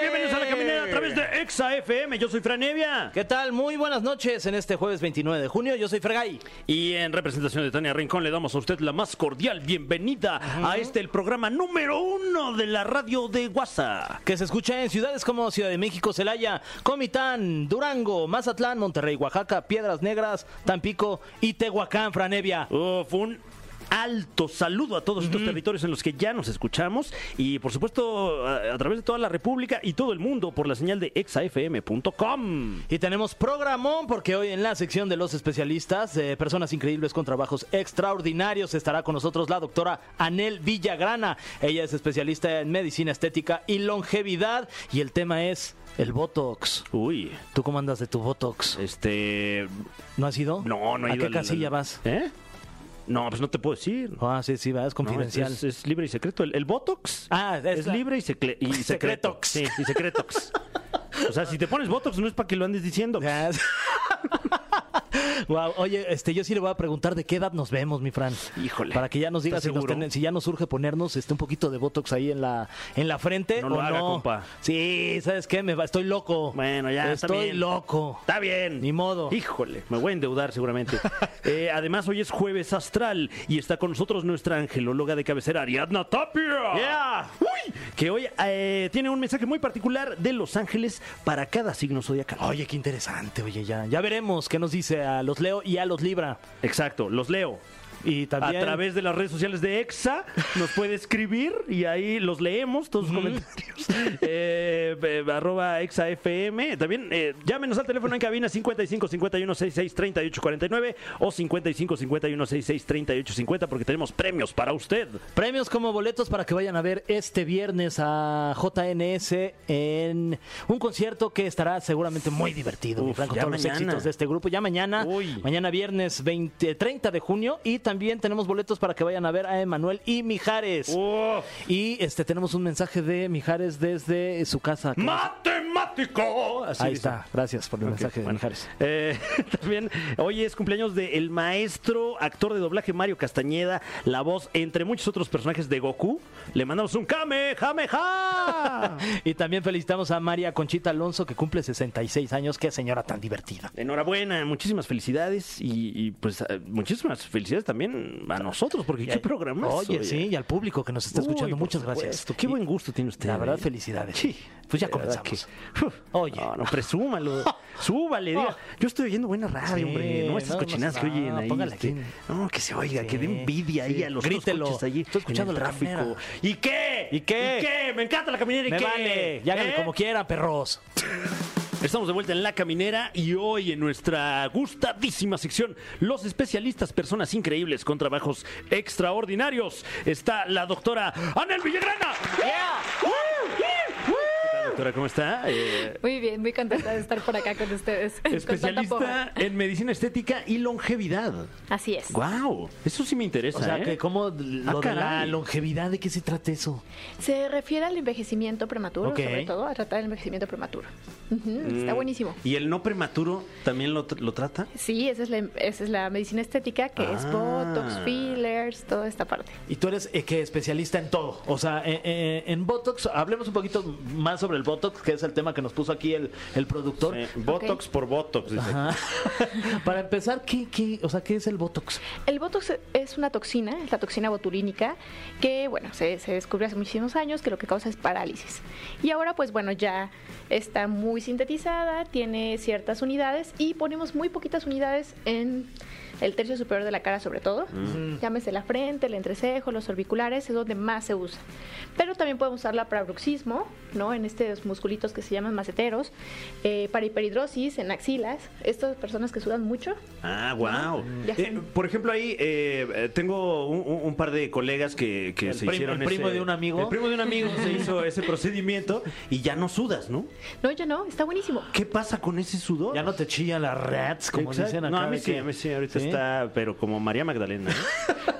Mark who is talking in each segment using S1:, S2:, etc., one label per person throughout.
S1: Bienvenidos a la caminera a través de Exa FM. Yo soy Fran Evia.
S2: ¿Qué tal? Muy buenas noches en este jueves 29 de junio. Yo soy Fergay.
S1: Y en representación de Tania Rincón le damos a usted la más cordial bienvenida a este, el programa número uno de la radio de WhatsApp.
S2: Que se escucha en ciudades como Ciudad de México, Celaya, Comitán, Durango, Mazatlán, Monterrey, Oaxaca, Piedras Negras, Tampico y Tehuacán, Franevia.
S1: Uf, un alto saludo a todos estos territorios en los que ya nos escuchamos y por supuesto a, a través de toda la República y todo el mundo por la señal de exafm.com.
S2: Y tenemos programón porque hoy en la sección de los especialistas, eh, personas increíbles con trabajos extraordinarios, estará con nosotros la doctora Anel Villagrana. Ella es especialista en medicina estética y longevidad y el tema es el Botox.
S1: Uy,
S2: ¿Tú cómo andas de tu Botox?
S1: este...
S2: ¿No has ido?
S1: No, no he
S2: ¿A
S1: ido
S2: qué
S1: al-
S2: casilla
S1: al-
S2: vas?
S1: ¿Eh? No, pues no te puedo decir.
S2: Ah, sí, sí, vas,
S1: No, es,
S2: confidencial.
S1: es- es libre y secreto. El, el Botox
S2: Ah, es
S1: es,
S2: la-
S1: libre y, secle- y secreto.
S2: Secretox.
S1: Sí, y secretox. O sea, si te pones Botox no es para que lo andes diciendo.
S2: Wow, oye, este, yo sí le voy a preguntar de qué edad nos vemos, mi Fran.
S1: Híjole.
S2: Para que ya nos diga
S1: ¿Estás
S2: si, nos
S1: seguro?
S2: tienen- si ya nos surge ponernos este, un poquito de Botox ahí en la, en la frente.
S1: No lo
S2: o
S1: haga, compa.
S2: Sí, ¿sabes qué? Me va, estoy loco.
S1: Bueno, ya está
S2: Estoy
S1: bien.
S2: loco.
S1: Está bien.
S2: Ni modo.
S1: Híjole, me voy a endeudar seguramente. Eh, además, hoy es jueves astral y está con nosotros nuestra angelóloga de cabecera, Ariadna Tapia.
S2: Yeah.
S1: Uy, que hoy eh, tiene un mensaje muy particular de Los Ángeles para cada signo zodiacal.
S2: Oye, qué interesante, oye, ya. Ya veremos qué nos dice a los Leo y a los Libra.
S1: Exacto, los leo.
S2: Y también.
S1: A través de las redes sociales de EXA nos puede escribir y ahí los leemos, todos sus comentarios. Eh, eh, arroba EXA FM. También eh, llámenos al teléfono en cabina 55 51 66 38 49 o 55 51 66 38 50 porque tenemos premios para usted.
S2: Premios como boletos para que vayan a ver este viernes a JNS en un concierto que estará seguramente muy divertido, mi
S1: Uf,
S2: Franco,
S1: ya
S2: todos los
S1: mañana.
S2: éxitos de este grupo. Ya mañana,
S1: Uy.
S2: mañana viernes 20, 30 de junio y también tenemos boletos para que vayan a ver a Emanuel y Mijares.
S1: ¡Uf!
S2: Y este tenemos un mensaje de Mijares desde su casa. que nos-
S1: ¡Matemático! Así
S2: Ahí
S1: dice.
S2: está, gracias por el mensaje de
S1: bueno.
S2: Mijares.
S1: Eh, también hoy es cumpleaños del el maestro, actor de doblaje Mario Castañeda, la voz, entre muchos otros personajes de Goku. Le mandamos un Kamehameha.
S2: Y también felicitamos a María Conchita Alonso que cumple 66 años, qué señora tan divertida.
S1: Enhorabuena, muchísimas felicidades y, y, pues eh, muchísimas felicidades también a nosotros, porque qué programa.
S2: Oye, sí, y al público que nos está escuchando, muchas gracias.
S1: Qué
S2: Y-
S1: buen gusto tiene usted.
S2: La verdad,
S1: ¿eh?
S2: felicidades.
S1: Sí.
S2: Pues ya
S1: de verdad
S2: comenzamos.
S1: que- Uf,
S2: Oye.
S1: No, no, presúmalo. súbale, diga. Yo estoy oyendo buena radio,
S2: Ah. Sí,
S1: hombre. No estas
S2: no, no,
S1: cochinadas que
S2: no,
S1: oyen ahí.
S2: póngale
S1: este,
S2: aquí.
S1: No, que se oiga, que dé
S2: Sí,
S1: envidia ahí
S2: sí.
S1: a los
S2: Grítelo.
S1: otros coches allí.
S2: Estoy escuchando
S1: en el
S2: la
S1: tráfico.
S2: caminera.
S1: ¿Y qué?
S2: ¿Y qué?
S1: ¿Y qué? Me encanta la caminera y
S2: Me
S1: qué.
S2: vale, ya háganle
S1: ¿Eh?
S2: como quieran, perros.
S1: Estamos de vuelta en La Caminera y hoy en nuestra gustadísima sección, los especialistas, personas increíbles con trabajos extraordinarios, está la doctora Anel Villagrana. ¿Qué tal, doctora? ¿Cómo está? Eh,
S3: Muy bien, muy contenta de estar por acá con ustedes. con tanta
S1: especialista
S3: pompa.
S1: en medicina estética y longevidad.
S3: Así es.
S1: ¡Wow! Eso sí me interesa.
S2: O sea,
S1: ¿eh?
S2: que como
S1: Ah,
S2: lo de la
S1: caray.
S2: longevidad, ¿de qué se trata eso?
S3: Se refiere al envejecimiento prematuro,
S2: Ok.
S3: sobre todo a tratar el envejecimiento prematuro. Ujú,
S1: Mm.
S3: Está buenísimo.
S1: ¿Y el no prematuro también lo, tr- lo trata?
S3: Sí, esa es la, esa es la medicina estética que es
S1: Ah.
S3: Botox, fillers, toda esta parte.
S2: Y tú eres eh, que especialista en todo. O sea, eh, eh, en Botox, hablemos un poquito más sobre el Botox, que es el tema que nos puso aquí el, el productor.
S1: Eh, botox por Botox, dice.
S2: Ajá. Para empezar, ¿qué, qué, o sea, ¿qué es el Botox?
S3: El Botox es una toxina, es la toxina botulínica, que bueno, se, se descubrió hace muchísimos años que lo que causa es parálisis. Y ahora pues bueno, ya está muy sintetizada, tiene ciertas unidades y ponemos muy poquitas unidades en el tercio superior de la cara sobre todo. Llámese la frente, el entrecejo, los orbiculares, es donde más se usa. Pero también podemos usarla para bruxismo, ¿no? En este los musculitos que se llaman maceteros, eh, para hiperhidrosis en axilas, estas personas que sudan mucho.
S1: Ah, wow.
S3: Ya sé.
S1: por ejemplo, ahí eh, eh, tengo un, un- un par de colegas que, que
S2: El
S1: se
S2: prim-
S1: hicieron
S2: el primo
S1: ese-
S2: de un amigo.
S1: El primo de un amigo se hizo ese procedimiento y ya no sudas, ¿no?
S3: No, ya no, está buenísimo.
S1: ¿Qué pasa con ese sudor?
S2: Ya no te chillan las rats, como
S1: Exacto.
S2: dicen acá.
S1: No, a mí
S2: de
S1: sí,
S2: que-
S1: a mí sí, ahorita
S2: ¿Sí?
S1: está, pero como María Magdalena. ¿eh?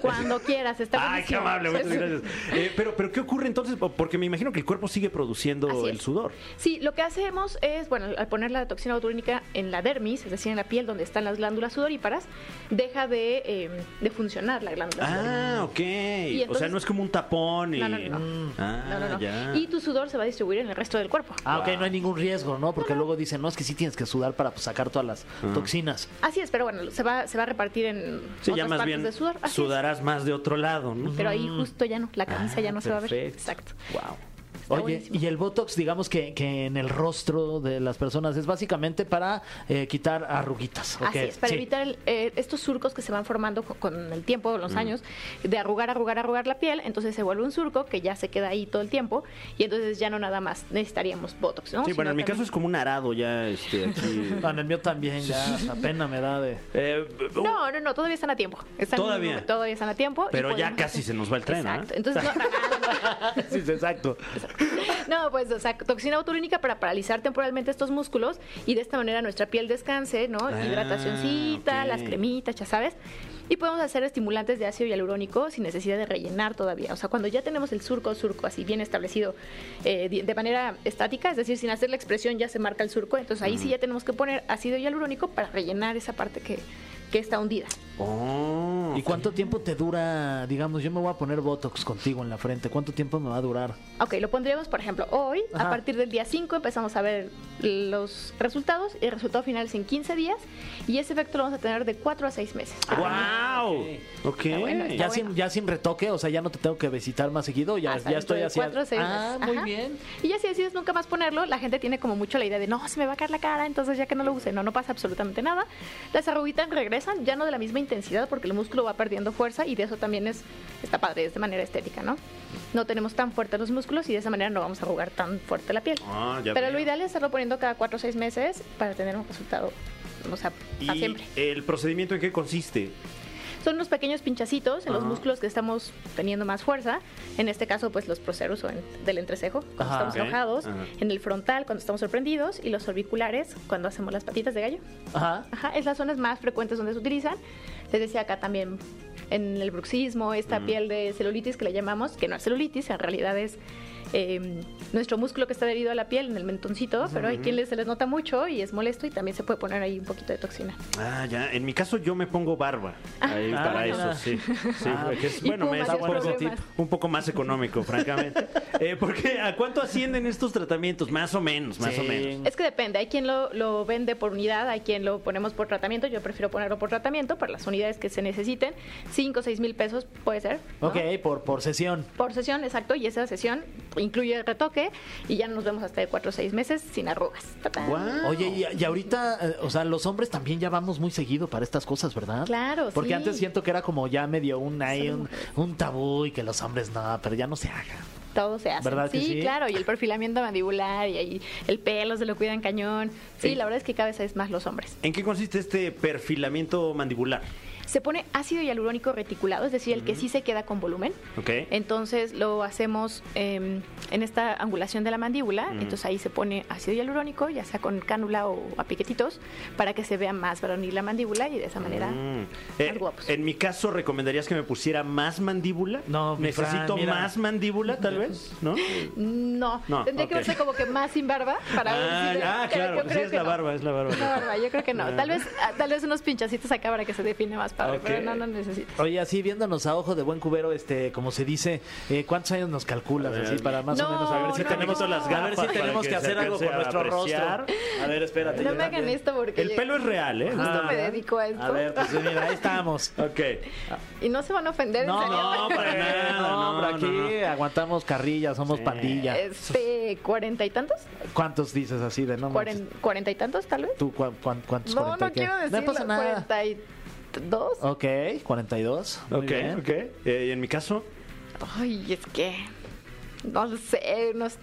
S3: Cuando quieras, está
S1: Ay, qué
S3: buenísimo.
S1: amable, muchas gracias. Eh, pero, pero, ¿qué ocurre entonces? Porque me imagino que el cuerpo sigue produciendo
S3: Así es.
S1: el sudor.
S3: Sí, lo que hacemos es, bueno, al poner la toxina botulínica en la dermis, es decir, en la piel donde están las glándulas sudoríparas, deja de, eh, de funcionar la glándula sudorípara.
S1: Ah, ok. o sea,
S3: entonces-
S1: no es como un tapón y.
S3: No, no, no, no.
S1: Ah,
S3: No, no, no.
S1: ya.
S3: Y tu sudor se va a distribuir en el resto del cuerpo.
S2: Ah, ok, no hay ningún riesgo, ¿no? Porque luego dicen, no, es que sí tienes que sudar para pues, sacar todas las
S1: Ah.
S2: toxinas.
S3: Así es, pero bueno, se va, se va a repartir en
S1: Sí, ya
S3: otras
S1: más
S3: partes
S1: bien
S3: de sudor. Así es.
S1: sudarás más de otro lado, ¿no?
S3: Pero ahí justo ya no, la camisa
S1: Ah,
S3: ya no se va a ver.
S1: perfecto.
S3: Exacto.
S1: Wow.
S3: Está
S2: Oye,
S3: buenísimo.
S2: y el Botox, digamos que, que en el rostro de las personas es básicamente para eh, quitar arruguitas. ¿ok?
S3: Así es, para
S2: Sí.
S3: evitar el- eh, estos surcos que se van formando co- con el tiempo, los
S1: Mm.
S3: años, de arrugar, arrugar, arrugar la piel, entonces se vuelve un surco que ya se queda ahí todo el tiempo y entonces ya no nada más necesitaríamos botox, ¿no?
S1: Sí, bueno,
S3: Sino
S1: en mi caso
S3: también-
S1: es como un arado ya, este, aquí.
S2: Ah, en el mío también, ya, hasta pena me da de...
S1: Eh,
S3: No, no, no, todavía están a tiempo. Están-
S1: Todavía.
S3: Todavía están a tiempo. y
S1: Pero ya
S3: podemos-
S1: casi se nos va el tren, ¿ah?
S3: Exacto. Entonces, no,
S1: uh,
S2: Sí, sí, exacto.
S3: No, pues, o sea, toxina botulínica para paralizar temporalmente estos músculos y de esta manera nuestra piel descanse, ¿no?
S1: Ah,
S3: Hidratacioncita,
S1: ok.
S3: las cremitas, ya sabes. Y podemos hacer estimulantes de ácido hialurónico sin necesidad de rellenar todavía. O sea, cuando ya tenemos el surco, surco así bien establecido eh, di- de manera estática, es decir, sin hacer la expresión ya se marca el surco, entonces ahí sí ya tenemos que poner ácido hialurónico para rellenar esa parte que, que está hundida.
S1: Oh.
S2: ¿Y cuánto tiempo te dura, digamos, yo me voy a poner Botox contigo en la frente? ¿Cuánto tiempo me va a durar?
S3: Ok, lo pondríamos, por ejemplo, hoy,
S2: Ajá.
S3: a partir del día 5 empezamos a ver los resultados. El resultado final es en 15 días y ese efecto lo vamos a tener de 4 a 6 meses.
S2: Ah,
S1: ¡Wow! Ok.
S3: bueno, está
S2: Ya sin, ya sin retoque, o sea, ya no te tengo que visitar más seguido, ya,
S3: Hasta
S2: ya
S3: dentro
S2: estoy
S3: de
S2: hacia...
S3: cuatro o seis
S2: ah,
S3: meses.
S2: muy
S3: Ajá.
S2: bien.
S3: Y ya si decides nunca más ponerlo, la gente tiene como mucho la idea de no, se me va a caer la cara, entonces ya que no lo use, no, no pasa absolutamente nada. Las arruguitas regresan ya no de la misma intensidad porque el músculo va perdiendo fuerza y de eso también es, está padre, es de manera estética, ¿no? No tenemos tan fuertes los músculos y de esa manera no vamos a arrugar tan fuerte la piel.
S1: Ah, ya
S3: Pero
S1: veo.
S3: lo ideal es estarlo poniendo cada 4 o 6 meses para tener un resultado, o sea, para
S1: ¿Y
S3: siempre.
S1: el procedimiento en qué consiste?
S3: Son unos pequeños pinchacitos en los
S1: Ajá.
S3: músculos que estamos teniendo más fuerza. En este caso, pues los proceros o en- del entrecejo, cuando
S2: Ajá.
S3: estamos
S1: Ok.
S3: enojados.
S1: Ajá.
S3: En el frontal, cuando estamos sorprendidos. Y los orbiculares, cuando hacemos las patitas de gallo.
S2: Ajá.
S3: Ajá, es las zonas más frecuentes donde se utilizan. Les decía acá también en el bruxismo, esta piel de celulitis que le llamamos, que no es celulitis, en realidad es eh, nuestro músculo que está adherido a la piel en el mentoncito, pero hay quien se les nota mucho y es molesto y también se puede poner ahí un poquito de toxina.
S1: Ah, ya. En mi caso yo me pongo barba. Ahí
S2: Ah,
S1: para
S2: bueno.
S1: eso, sí. Sí,
S2: Ah,
S1: que es-
S3: y
S1: bueno,
S3: con
S1: me es
S3: varios
S1: un poco-
S3: problemas.
S1: un poco más económico, francamente. Eh, porque ¿a cuánto ascienden estos tratamientos? Más o menos, más o
S2: Sí.
S1: menos.
S3: Es que depende, hay quien lo, lo vende por unidad, hay quien lo ponemos por tratamiento, yo prefiero ponerlo por tratamiento para las unidades que se necesiten, 5 o 6 mil pesos puede ser. ¿no?
S2: Ok, por, por sesión.
S3: Por sesión, exacto, y esa sesión incluye el retoque y ya nos vemos hasta de 4 o 6 meses sin arrugas. ¡Tatán!
S1: Guau.
S2: Oye, y, y ahorita, eh, o sea, los hombres también ya vamos muy seguido para estas cosas, ¿verdad?
S3: Claro,
S2: Porque
S3: sí.
S2: antes siento que era como ya medio un, ahí
S3: Solo
S2: un,
S3: mujeres.
S2: un tabú y que los hombres no, pero ya no se haga.
S3: Todo se hace.
S2: ¿Verdad que
S3: sí,
S2: sí?
S3: claro, y el perfilamiento mandibular y ahí el pelo se lo cuidan cañón. Sí,
S1: Sí.
S3: la verdad es que cada vez es más los hombres.
S1: ¿En qué consiste este perfilamiento mandibular?
S3: Se pone ácido hialurónico reticulado, es decir, el que sí se queda con volumen.
S1: ¿Ok?
S3: Entonces lo hacemos eh, en esta angulación de la mandíbula, entonces ahí se pone ácido hialurónico, ya sea con cánula o a piquetitos, para que se vea más varonil la mandíbula y de esa manera
S1: Mm. Eh,
S3: más guapos.
S1: en mi caso, ¿recomendarías que me pusiera más mandíbula?
S2: No, mi Fran,
S1: Necesito
S2: mira. pues, eh,
S1: más mandíbula, tal vez, ¿no?
S3: No,
S1: No,
S3: tendría que
S1: ok.
S3: verse como que más sin barba para
S1: ah,
S3: ver si
S1: ah,
S3: pero
S1: claro,
S3: yo
S1: pues sí
S3: creo
S1: es
S3: que
S1: la
S3: no.
S1: barba, es la barba.
S3: Es la barba, yo creo que no. Tal vez, ah, tal vez unos pinchacitos acá para que se define más padre,
S1: Ok.
S3: pero no, no necesito.
S2: Oye, así viéndonos a ojo de buen cubero, este, como se dice, eh, ¿cuántos años nos calculas
S1: ver,
S2: así para más o
S3: no,
S2: menos a ver si
S3: no,
S2: tenemos
S3: no.
S2: a ver si
S1: para
S2: tenemos que,
S1: se
S2: hacer algo
S1: alcance
S2: con
S1: a
S2: nuestro
S1: apreciar.
S2: rostro? A ver, espérate.
S3: No
S2: yo
S3: me hagan
S2: también.
S3: esto porque
S1: El
S3: yo-
S1: pelo es real, ¿eh?
S3: justo me dedico a esto.
S2: A ver, pues mira, ahí estamos.
S1: Ok.
S3: Y no se van a ofender, en serio.
S2: No, pues, no, para nada, no,
S1: no,
S2: hombre,
S1: no,
S2: aquí aguantamos carrilla, somos pandilla.
S3: Este, cuarenta y tantos,
S2: ¿Cuántos dices así de no? manches?
S3: cuaren- cuarenta y tantos tal vez.
S2: ¿Tú cuán- cuán- cuántos
S3: No,
S2: cuarenta y
S3: no
S2: qué?
S3: quiero decirlo.
S2: No pasa nada. Oh.
S3: 42.
S2: Ok, 42. Muy
S1: Ok,
S2: bien.
S1: ok. Eh, y en mi caso,
S3: Ay, es que. No lo sé, unos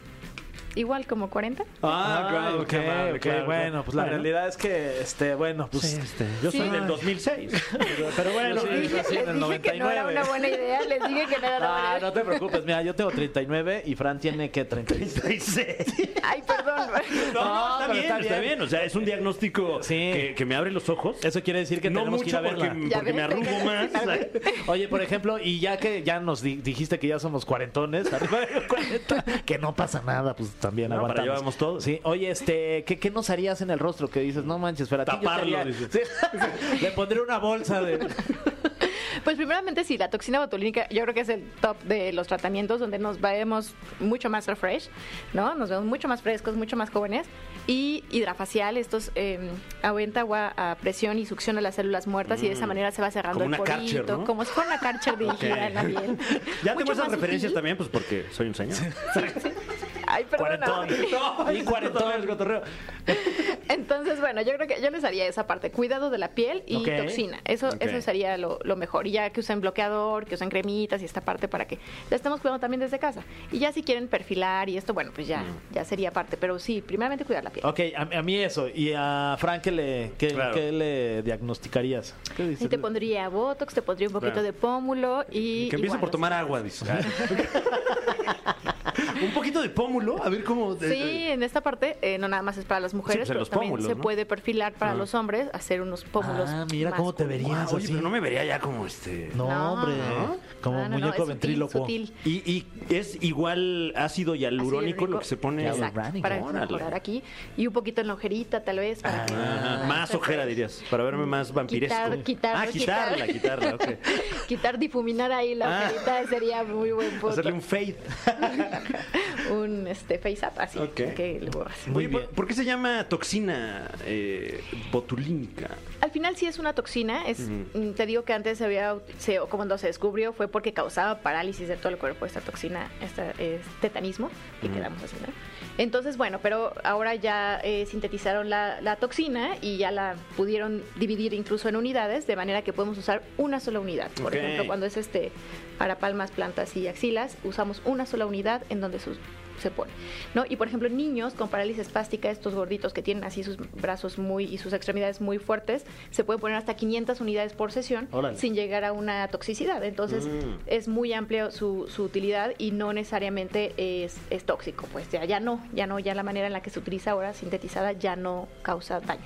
S3: igual como 40.
S2: Ah,
S1: claro,
S2: ok,
S1: qué amable,
S2: ok,
S1: claro,
S2: bueno,
S1: claro.
S2: pues la
S1: Bueno.
S2: realidad es que, este, bueno, pues...
S1: Sí, este, yo
S3: Sí.
S1: soy del 2006. pero- Pero bueno,
S2: Sí,
S3: Les dije,
S2: nací en
S3: les
S2: el
S3: dije que no era
S2: 99.
S3: una buena idea, les dije que no era una buena
S2: Ah,
S3: idea.
S2: no te preocupes, mira, yo tengo 39 y Fran tiene, ¿qué? 36.
S1: 36.
S3: Ay, perdón.
S1: No, no, está,
S2: pero
S1: bien, está
S2: está
S1: bien,
S2: bien.
S1: O sea, es un diagnóstico
S2: Sí.
S1: que, que me abre los ojos.
S2: Eso quiere decir que
S1: no
S2: tenemos que ir
S1: mucho
S2: a verla.
S1: porque,
S3: Ya
S1: porque me
S3: ves,
S1: arrugo más.
S2: Oye, por ejemplo, y ya que ya nos di- dijiste que ya somos cuarentones, arriba de los 40, que no pasa nada, pues también
S1: No, para
S2: aguantamos.
S1: allá vamos todos.
S2: Sí, oye, este, ¿qué, qué nos harías en el rostro? Que dices, no manches, espérate. yo
S1: Taparlo,
S2: estaría-
S1: dices.
S2: Sí. Le pondré una bolsa de...
S3: Pues primeramente sí, la toxina botulínica yo creo que es el top de los tratamientos donde nos vemos mucho más refresh, ¿no? Nos vemos mucho más frescos, mucho más jóvenes. Y hidrafacial, estos eh, aumenta agua a presión y succiona las células muertas y de
S2: Mm.
S3: esa manera se va cerrando
S1: Como
S3: el
S1: una
S3: porito,
S1: Karcher, ¿no?
S3: como si fuera una cárcel dirigida en la piel.
S1: Ya
S3: Mucho
S1: tengo esas
S3: más
S1: referencias
S3: sutil.
S1: también, pues porque soy un señor.
S3: Ay, perdón.
S1: Cuarentón.
S2: y cuarentón.
S3: Entonces, bueno, yo creo que yo les haría esa parte, cuidado de la piel y
S2: Ok.
S3: toxina. Eso,
S1: Ok.
S3: eso sería lo, lo mejor. Y ya que usen bloqueador, que usen cremitas y esta parte para que la estemos cuidando también desde casa. Y ya si quieren perfilar y esto, bueno, pues ya,
S1: Mm.
S3: ya sería parte. Pero sí, primeramente cuidar la
S1: Ah,
S3: piel.
S2: Ok, a, a mí eso. ¿Y a Fran qué le, qué,
S1: Claro.
S2: qué le diagnosticarías? ¿Qué
S3: Y
S2: dices?
S3: te pondría botox, te pondría un poquito
S1: Claro.
S3: de pómulo y.
S1: Que empiece
S3: igual,
S1: por
S3: o
S1: tomar agua, dice. un poquito de pómulo, a ver cómo.
S3: sea, Sí, en esta parte eh, no nada más es para las mujeres,
S1: pues en
S3: pero
S1: los
S3: también
S1: pómulos,
S3: se
S1: ¿no?
S3: puede perfilar para
S1: Ah.
S3: los hombres, hacer unos pómulos.
S2: Ah, mira
S3: más
S2: cómo te
S3: curvos.
S2: verías
S1: Oye,
S2: así.
S1: pero no me vería ya como este.
S2: No,
S3: No,
S2: hombre.
S3: ¿no?
S2: Como
S3: No, no, no,
S2: muñeco
S3: es sutil,
S2: ventríloco.
S3: sutil.
S1: Y, y es igual ácido hialurónico
S3: Así,
S1: lo que se pone.
S3: Exacto,
S2: Hialurónico,
S3: para
S1: órale.
S3: mejorar aquí y un poquito en la ojerita tal vez para que-
S1: Ajá, Ah, Más ojera, dirías. Para verme más vampiresco.
S3: Quitar- quitar-
S1: ah, quitarla, quitarla, ok.
S3: quitar difuminar ahí la
S1: Ah.
S3: ojerita sería muy buen punto
S1: Hacerle un fade.
S3: un este face up así
S1: Ok.
S3: que lo borras.
S2: Muy
S1: Oye, ¿por,
S2: bien.
S1: por qué se llama toxina eh, botulínica?
S3: Al final sí es una toxina, es mm, te digo que antes se había ut- se, o cuando se descubrió fue porque causaba parálisis de todo el cuerpo esta toxina, esta es tetanismo que quedamos así, ¿no? Entonces, bueno, pero ahora ya eh, sintetizaron la, la toxina y ya la pudieron dividir incluso en unidades, de manera que podemos usar una sola unidad. Por
S1: Ok.
S3: ejemplo, cuando es este para palmas, plantas y axilas, usamos una sola unidad en donde sus- se pone, ¿no? Y por ejemplo, niños con parálisis plástica, estos gorditos que tienen así sus brazos muy y sus extremidades muy fuertes, se pueden poner hasta 500 unidades por sesión
S2: Órale.
S3: sin llegar a una toxicidad. Entonces,
S1: Mm.
S3: es muy amplio su, su utilidad y no necesariamente es, es tóxico, pues ya, ya no, ya no, ya la manera en la que se utiliza ahora sintetizada ya no causa daño.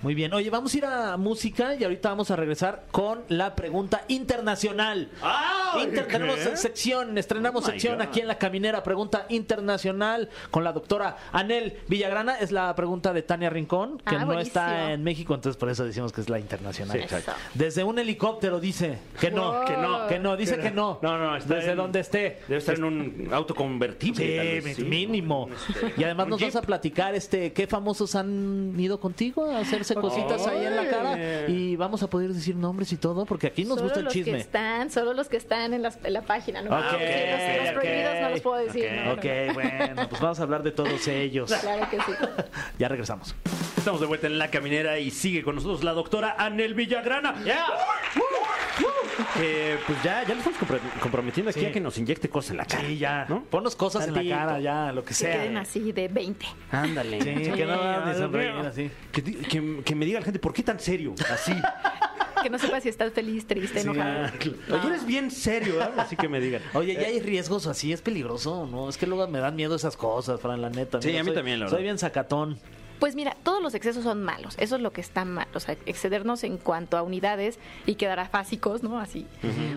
S2: Muy bien. Oye, vamos a ir a música y ahorita vamos a regresar con la pregunta internacional.
S1: Ah,
S2: Inter- tenemos sección, estrenamos
S1: Oh my
S2: sección
S1: God.
S2: aquí en La Caminera, pregunta internacional con la doctora Anel Villagrana. Es la pregunta de Tania Rincón, que
S3: Ah,
S2: no está
S3: buenísimo.
S2: en México, entonces por eso decimos que es la internacional.
S3: Sí, exacto. Eso.
S2: Desde un helicóptero dice que no,
S3: Wow.
S2: que no, que no, dice que no.
S1: No, no, está
S2: Desde
S1: en-
S2: donde esté.
S1: Debe estar en un auto convertible.
S2: Sí,
S1: tal vez,
S2: mi-
S1: sí.
S2: mínimo. Y además
S1: Un este,
S2: nos
S1: jeep.
S2: vas a platicar este qué famosos han ido contigo a hacerse cositas ahí en la cara y vamos a poder decir nombres y todo porque aquí nos
S3: solo
S2: gusta el
S3: los
S2: chisme.
S3: que están, solo los que están en, las- en la página, ¿no?
S2: Ah, Ok,
S3: Sí, los, los
S2: ok.
S3: prohibidos no los puedo decir.
S1: Ok,
S3: no, no, no.
S2: Ok, bueno, pues vamos a hablar de todos ellos.
S3: Claro que sí.
S2: Ya regresamos.
S1: Estamos de vuelta en la caminera y sigue con nosotros la doctora Anel Villagrana. ¡Ya! Que, pues ya, ya le estamos compro- comprometiendo aquí
S2: Sí.
S1: a que nos inyecte cosas en la cara.
S2: Sí, ya.
S1: ¿No?
S2: Ponnos cosas en
S1: Tantito.
S2: la cara, ya, lo que
S3: Que
S2: sea. ¿Ah?
S3: queden así de 20.
S1: Ándale.
S2: Sí, que no van a
S1: Dios
S2: sonreír
S1: mío.
S2: así.
S1: Que, di- que- que me diga la gente, ¿por qué tan serio? Así.
S3: Que no sepa si estás feliz, triste,
S2: ah,
S3: enojado.
S1: Oye, eres bien serio, ¿verdad? Así que me digan.
S2: Oye, ¿ya hay riesgos así? ¿Es peligroso o no? Es que luego me dan miedo esas cosas, Fran, la neta.
S1: Sí,
S2: Mira,
S1: a mí
S2: soy-
S1: también, la
S2: Soy
S1: verdad.
S2: bien sacatón.
S3: Pues mira, todos los excesos son malos. Eso es lo que está mal. O sea, excedernos en cuanto a unidades y quedar afásicos, ¿no? Así.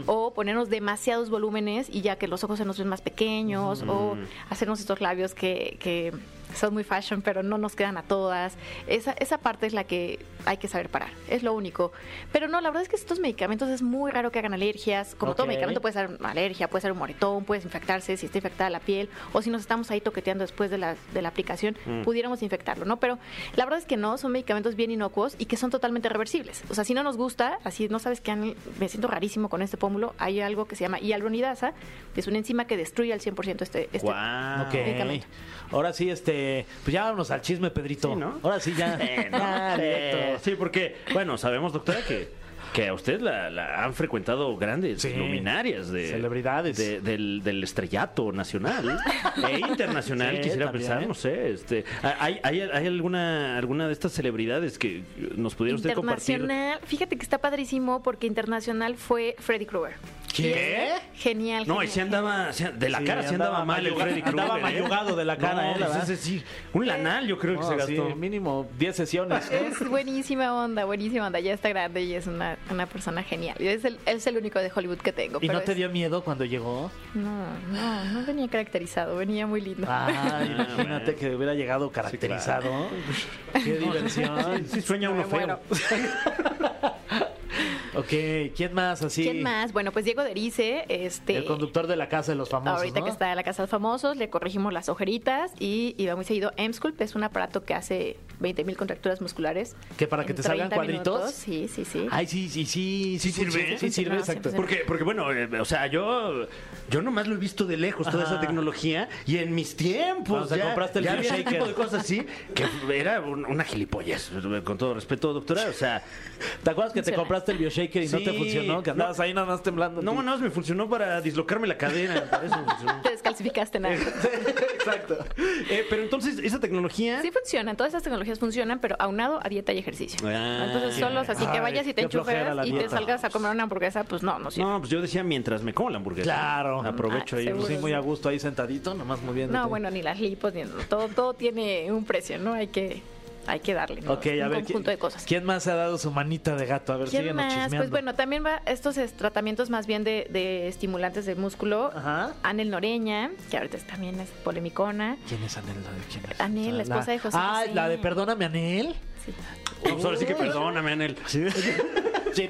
S3: O ponernos demasiados volúmenes y ya que los ojos se nos ven más pequeños. O hacernos estos labios que, que son muy fashion, pero no nos quedan a todas. Esa, esa parte es la que hay que saber parar. Es lo único. Pero no, la verdad es que estos medicamentos es muy raro que hagan alergias. Como todo
S2: Ok.
S3: medicamento puede ser una alergia, puede ser un moretón, puedes infectarse si está infectada la piel. O si nos estamos ahí toqueteando después de la, de la aplicación,
S1: Mm.
S3: pudiéramos infectarlo, ¿no? Pero la verdad es que no, son medicamentos bien inocuos y que son totalmente reversibles. O sea, si no nos gusta, así no sabes que me siento rarísimo con este pómulo, hay algo que se llama hialuronidasa, que es una enzima que destruye al 100% este, este
S1: Guau.
S2: Ah, ok.
S3: medicamento.
S2: Ahora sí, este. Pues ya vámonos al chisme, Pedrito.
S1: Sí, ¿no?
S2: Ahora sí, ya.
S1: Eh, no
S2: Ya,
S1: sé.
S2: directo.
S1: Sí, porque, bueno, sabemos, doctora, que que a usted la, la han frecuentado grandes
S2: Sí.
S1: luminarias de
S2: Celebridades.
S1: de- del, del estrellato nacional e internacional,
S2: Sí,
S1: quisiera
S2: también.
S1: pensar, no sé, este, ¿hay, hay, hay alguna alguna de estas celebridades que nos pudiera usted compartir?
S3: Internacional, fíjate que está padrísimo porque internacional fue Freddy Krueger.
S2: ¿Qué?
S3: Genial.
S1: No,
S3: genial,
S1: y se andaba, se- de la
S2: Sí,
S1: cara se andaba,
S2: andaba
S1: mal el
S2: mayuga-
S1: Freddy Krueger.
S2: andaba
S1: ¿eh?
S2: mayugado de la
S1: No,
S2: cara, ¿eh? La
S1: pues
S2: verdad.
S1: ese sí, un lanal yo creo que se
S2: No, sí,
S1: gastó.
S2: mínimo 10 sesiones. ¿no?
S3: Es buenísima onda, buenísima onda. Ya está grande y es una, una persona genial. Y Es el, es el único de Hollywood que tengo.
S2: ¿Y
S3: pero
S2: no te
S3: es-
S2: dio miedo cuando llegó?
S3: No, no, no venía caracterizado, venía muy lindo.
S2: Ay,
S1: Ah,
S2: imagínate
S1: bueno.
S2: que hubiera llegado caracterizado. Qué diversión.
S1: Sí, sueña
S3: Me
S1: uno
S3: muero.
S1: feo.
S2: ok, ¿quién más así?
S3: ¿Quién más? Bueno, pues Diego Derice, este.
S2: El conductor de la casa de los famosos.
S3: Ahorita
S2: ¿no?
S3: que está en la Casa de los Famosos, le corregimos las ojeritas y, y va muy seguido M-Sculpt, es un aparato que hace 20.000 contracturas musculares.
S2: ¿Que para que
S3: en
S2: te salgan
S3: 30
S2: cuadritos?
S3: minutos. Sí, sí, sí.
S2: Ay, sí, sí, sí.
S1: ¿Sí sirve?
S2: funciona, Sí, sirve, ¿eh?
S3: No,
S2: exacto.
S3: sí, pues,
S1: Porque, porque bueno, eh, o sea, yo, yo nomás lo he visto de lejos, toda
S2: Ajá.
S1: esa tecnología, y en mis tiempos
S2: O sea,
S1: ya,
S2: compraste el
S1: ya había
S2: shaker.
S1: ese tipo de cosas así, que era un- una gilipollas, con todo respeto, doctora, o sea...
S2: ¿Te acuerdas que te
S3: Funciona.
S2: compraste el bioshaker y no
S1: Sí.
S2: te funcionó? Que andabas ahí nada más temblando.
S1: No,
S2: tú.
S1: no, me funcionó para dislocarme la cadena, para eso me funcionó.
S3: Te descalcificaste nada.
S2: Exacto.
S1: Eh, pero entonces, esa tecnología...
S3: Sí funcionan, todas esas tecnologías funcionan, pero aunado a dieta y ejercicio.
S1: Ah,
S3: Entonces solos, así
S2: Ay,
S3: que vayas y te
S2: qué flojera la
S3: enchufes y te
S2: dieta.
S3: salgas a comer una hamburguesa, pues no, no sirve.
S1: No, pues yo decía mientras me como la hamburguesa.
S2: Claro.
S1: Aprovecho
S3: Ah,
S1: ahí.
S3: seguro.
S2: pues Sí, muy a gusto ahí sentadito, nomás moviéndote.
S3: No, bueno, ni las lipos, ni todo, todo tiene un precio, ¿no? Hay que, hay que darle ¿no?
S2: Ok, a
S3: un
S2: ver. ¿quién-
S3: conjunto de cosas.
S2: ¿Quién más se ha dado su manita de gato? A ver,
S3: ¿Quién
S2: síguenos
S3: más?
S2: chismeando.
S3: Pues bueno, también va estos es- tratamientos más bien de, de estimulantes de músculo.
S2: Ajá.
S3: Anel Noreña, que ahorita es- también es polemicona.
S2: ¿Quién es Anel? ¿La de quién es?
S3: Anel, la esposa de José
S2: Ah,
S3: José.
S2: la de Perdóname, Anel.
S3: Sí.
S1: No, pues ahora sí que perdóname, Anel.
S2: Sí. sí,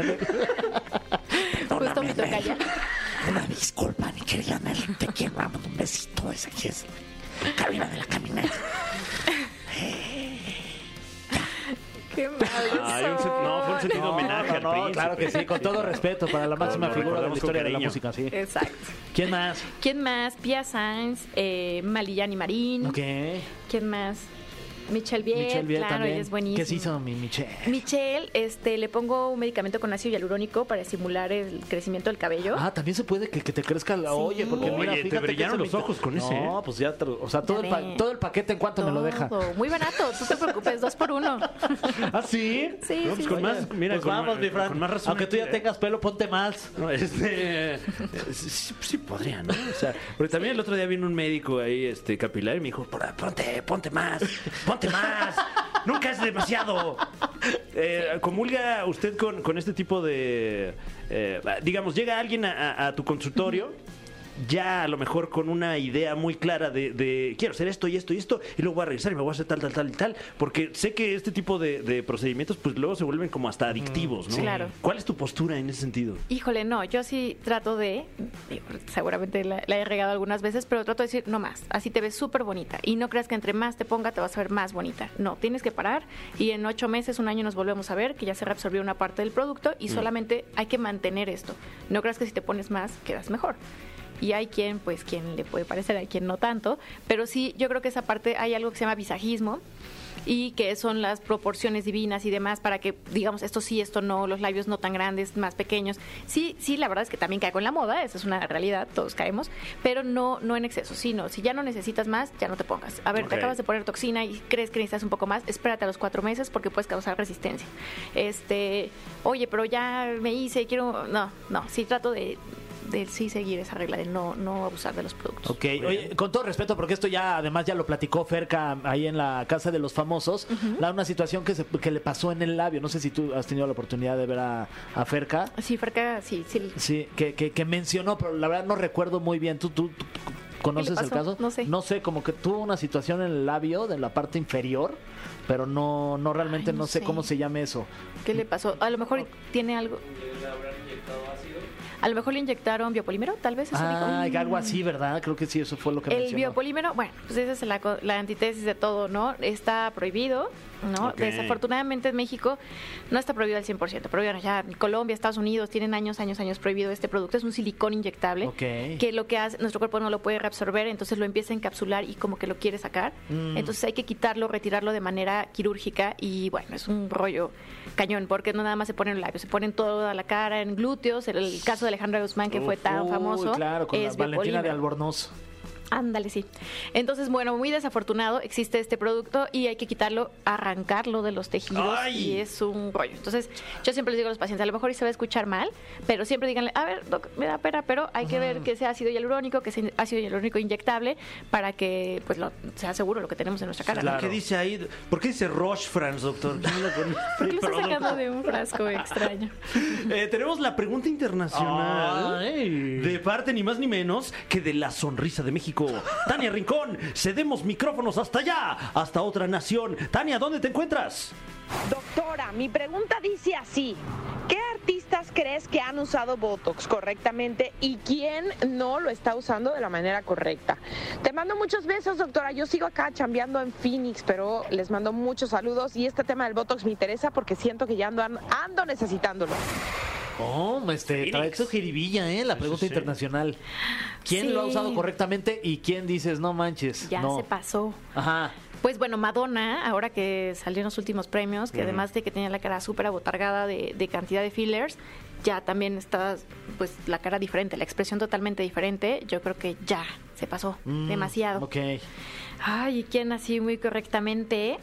S2: Anel.
S3: Justo mi tocaya.
S4: Una disculpa, mi querida Mary, te quiero, amo, un besito, esa que es cabina de la caminata.
S3: Qué mal.
S1: Ay, un se- no, fue un sentido homenaje al príncipe.
S2: claro que sí, con todo respeto para la máxima
S1: Lo
S2: figura de la
S1: recordamos con
S2: historia de la
S1: cariño.
S2: música, sí.
S3: Exacto.
S2: ¿Quién más?
S3: ¿Quién más? Pia Sainz, eh, Maliyani Marín.
S2: Ok.
S3: ¿Quién más? Michelle Biel,
S2: Michelle Biel
S3: claro,
S2: también.
S3: ella es buenísima.
S2: ¿Qué se hizo mi Michelle?
S3: Michelle, este, le pongo un medicamento con ácido hialurónico para estimular el crecimiento del cabello.
S2: Ah, también se puede que, que te crezca la. Oye, porque
S3: Oye,
S2: mira,
S1: te
S2: fíjate que
S1: brillaron
S2: ese
S1: los
S2: mica-
S1: ojos con ese,
S2: No,
S1: ¿eh?
S2: pues ya, te lo- o sea, todo
S3: Ya
S2: el, pa-
S3: ves.
S2: todo el paquete, ¿en cuánto me lo deja?
S3: Todo. Muy barato, tú te preocupes, dos por uno.
S2: ¿Ah, sí?
S3: Sí,
S1: No, pues
S3: sí,
S1: con
S3: sí.
S1: más- mira,
S2: pues
S1: con
S2: vamos,
S1: más-
S2: mi Fran.
S1: con más razón
S2: Aunque tú ya
S1: aquí, ¿eh?
S2: tengas pelo, ponte más.
S1: No, este, eh, sí, sí podría, ¿no? O sea, porque también el otro día vino un médico ahí, este, capilar, y me dijo, "Por- ponte, ponte más, ponte más, nunca es demasiado. Eh, ¿Comulga usted con, con este tipo de, eh, digamos, llega alguien a, a- a tu consultorio? Ya a lo mejor con una idea muy clara de, de, quiero hacer esto y esto y esto, y luego voy a regresar y me voy a hacer tal, tal, tal y tal, porque sé que este tipo de, de procedimientos pues luego se vuelven como hasta adictivos, ¿no?
S3: sí. Claro.
S1: ¿Cuál es tu postura en ese sentido?
S3: Híjole, no, yo sí trato de, digo, seguramente la, la he regado algunas veces, pero trato de decir, no más, así te ves súper bonita. Y no creas que entre más te ponga te vas a ver más bonita. No, tienes que parar y en ocho meses, un año nos volvemos a ver, que ya se reabsorbió una parte del producto y solamente hay que mantener esto. No creas que si te pones más, quedas mejor. Y hay quien, pues, quien le puede parecer, hay quien no tanto, pero sí, yo creo que esa parte hay algo que se llama visajismo y que son las proporciones divinas y demás para que digamos esto sí, esto no, los labios no tan grandes, más pequeños. Sí, sí, la verdad es que también caigo en la moda, esa es una realidad, todos caemos, pero no no en exceso, sino si ya no necesitas más, ya no te pongas. A ver,
S1: Ok.
S3: te acabas de poner toxina y crees que necesitas un poco más, espérate a los cuatro meses porque puedes causar resistencia. Este, oye, pero ya me hice, quiero, no, no, sí trato de, de sí seguir esa regla de no no abusar de los productos.
S2: Ok, oye, con todo respeto, porque esto ya además ya lo platicó Ferca ahí en la casa de los famosos, la, una situación que, se- que le pasó en el labio, no sé si tú has tenido la oportunidad de ver a, a Ferca,
S3: Sí, Ferca, sí, sí.
S2: sí, que, que, que mencionó, pero la verdad no recuerdo muy bien, ¿tú, tú, tú conoces
S3: ¿Qué
S2: el
S3: le
S2: caso?
S3: pasó? No sé.
S2: No sé, como que tuvo una situación en el labio, de la parte inferior, pero no, no realmente
S3: Ay, no
S2: no sé
S3: sé.
S2: cómo se llame eso.
S3: ¿Qué le pasó? A lo mejor tiene algo. A lo mejor le inyectaron biopolímero, tal vez. eso dijo.
S2: Ah, algo así, ¿verdad? Creo que sí, eso fue lo que
S3: El
S2: mencionó.
S3: biopolímero, bueno, pues esa es la, co- la antítesis de todo, ¿no? Está prohibido, ¿no?
S1: Ok.
S3: Desafortunadamente en México no está prohibido al 100%, pero bueno, ya en Colombia, Estados Unidos tienen años, años, años prohibido este producto. Es un silicón inyectable
S2: Ok.
S3: que lo que hace, nuestro cuerpo no lo puede reabsorber, entonces lo empieza a encapsular y como que lo quiere sacar.
S2: Mm.
S3: Entonces hay que quitarlo, retirarlo de manera quirúrgica y bueno, es un rollo cañón, porque no nada más se pone en labios, se pone en toda la cara, en glúteos. El, el caso de Alejandra Guzmán, que fue tan
S2: Uy,
S3: famoso,
S2: Claro, con
S3: es
S2: la Valentina de
S3: biopolímero.
S2: Albornoz.
S3: Ándale, sí. Entonces, bueno, muy desafortunado existe este producto y hay que quitarlo, arrancarlo de los tejidos
S1: ¡Ay!
S3: y es un rollo. Entonces, yo siempre les digo a los pacientes, a lo mejor y se va a escuchar mal, pero siempre díganle, a ver, doc, me da pena, pero hay que ver que sea ácido hialurónico, que sea ácido hialurónico inyectable para que pues lo- sea seguro lo que tenemos en nuestra cara. ¿no?
S1: ¿Qué dice ahí? ¿Por qué dice Roche France, doctor? ¿Quién lo conoce?
S3: ¿Por qué lo estás
S1: Perdón.
S3: sacando de un frasco extraño?
S1: Eh, tenemos la pregunta internacional
S2: Ay.
S1: de parte ni más ni menos que de la sonrisa de México. Tania Rincón, cedemos micrófonos hasta allá, hasta otra nación. Tania, ¿dónde te encuentras?
S5: Doctora, mi pregunta dice así. ¿Qué artistas crees que han usado Botox correctamente y quién no lo está usando de la manera correcta? Te mando muchos besos, doctora. Yo sigo acá chambeando en Phoenix, pero les mando muchos saludos y este tema del Botox me interesa porque siento que ya ando, ando necesitándolo.
S2: Oh, este, trae su jiribilla, ¿eh? La pregunta internacional. ¿Quién lo ha
S3: Sí.
S2: usado correctamente y quién dices, no manches?
S3: Ya
S2: no.
S3: se pasó.
S2: Ajá.
S3: Pues bueno, Madonna, ahora que salió en los últimos premios, que además de que tenía la cara súper abotargada de, de cantidad de fillers, ya también está pues la cara diferente, la expresión totalmente diferente. Yo creo que ya se pasó
S2: Mm,
S3: demasiado.
S2: Ok.
S3: Ay, ¿y quién así muy correctamente?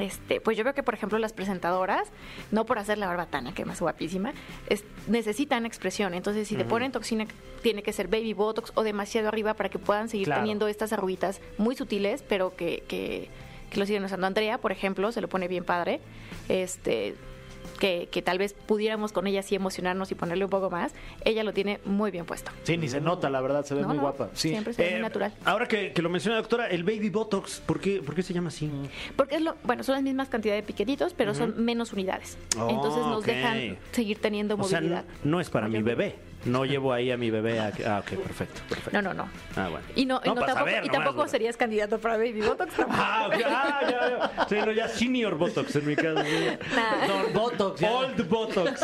S3: Este, pues yo veo que, por ejemplo, las presentadoras, no por hacer la barbatana, que es más guapísima, es- necesitan expresión. Entonces, si te ponen toxina, tiene que ser baby botox o demasiado arriba para que puedan seguir
S2: Claro.
S3: teniendo estas arruguitas muy sutiles, pero que, que, que lo siguen usando. Andrea, por ejemplo, se lo pone bien padre. Este. Que, que tal vez pudiéramos con ella así emocionarnos y ponerle un poco más, ella lo tiene muy bien puesto.
S2: Sí, ni se nota, la verdad, se ve
S3: No,
S2: muy
S3: no,
S2: guapa. Sí.
S3: Siempre se ve muy
S1: Eh,
S3: natural.
S1: Ahora que, que lo menciona la doctora, el baby botox, ¿por qué, por qué se llama así?
S3: Mm. Porque es lo, bueno, son las mismas cantidades de piquetitos, pero son menos unidades. Entonces nos
S1: ok.
S3: dejan seguir teniendo
S1: O sea,
S3: movilidad.
S1: no, no es para mi bebé. No llevo ahí a mi bebé. a- ah, ok, perfecto, perfecto.
S3: no, no, no.
S1: Ah, bueno.
S3: Y no, y
S1: No,
S3: no
S1: para
S3: tampoco,
S1: saber
S3: y
S1: nomás,
S3: tampoco
S1: ¿verdad?
S3: serías candidato para Baby Botox. tampoco.
S1: Ah, ok, ah, ya, ya. Sí, no, ya senior botox en mi caso.
S3: Nah.
S2: No, Botox, ya.
S1: Old Botox.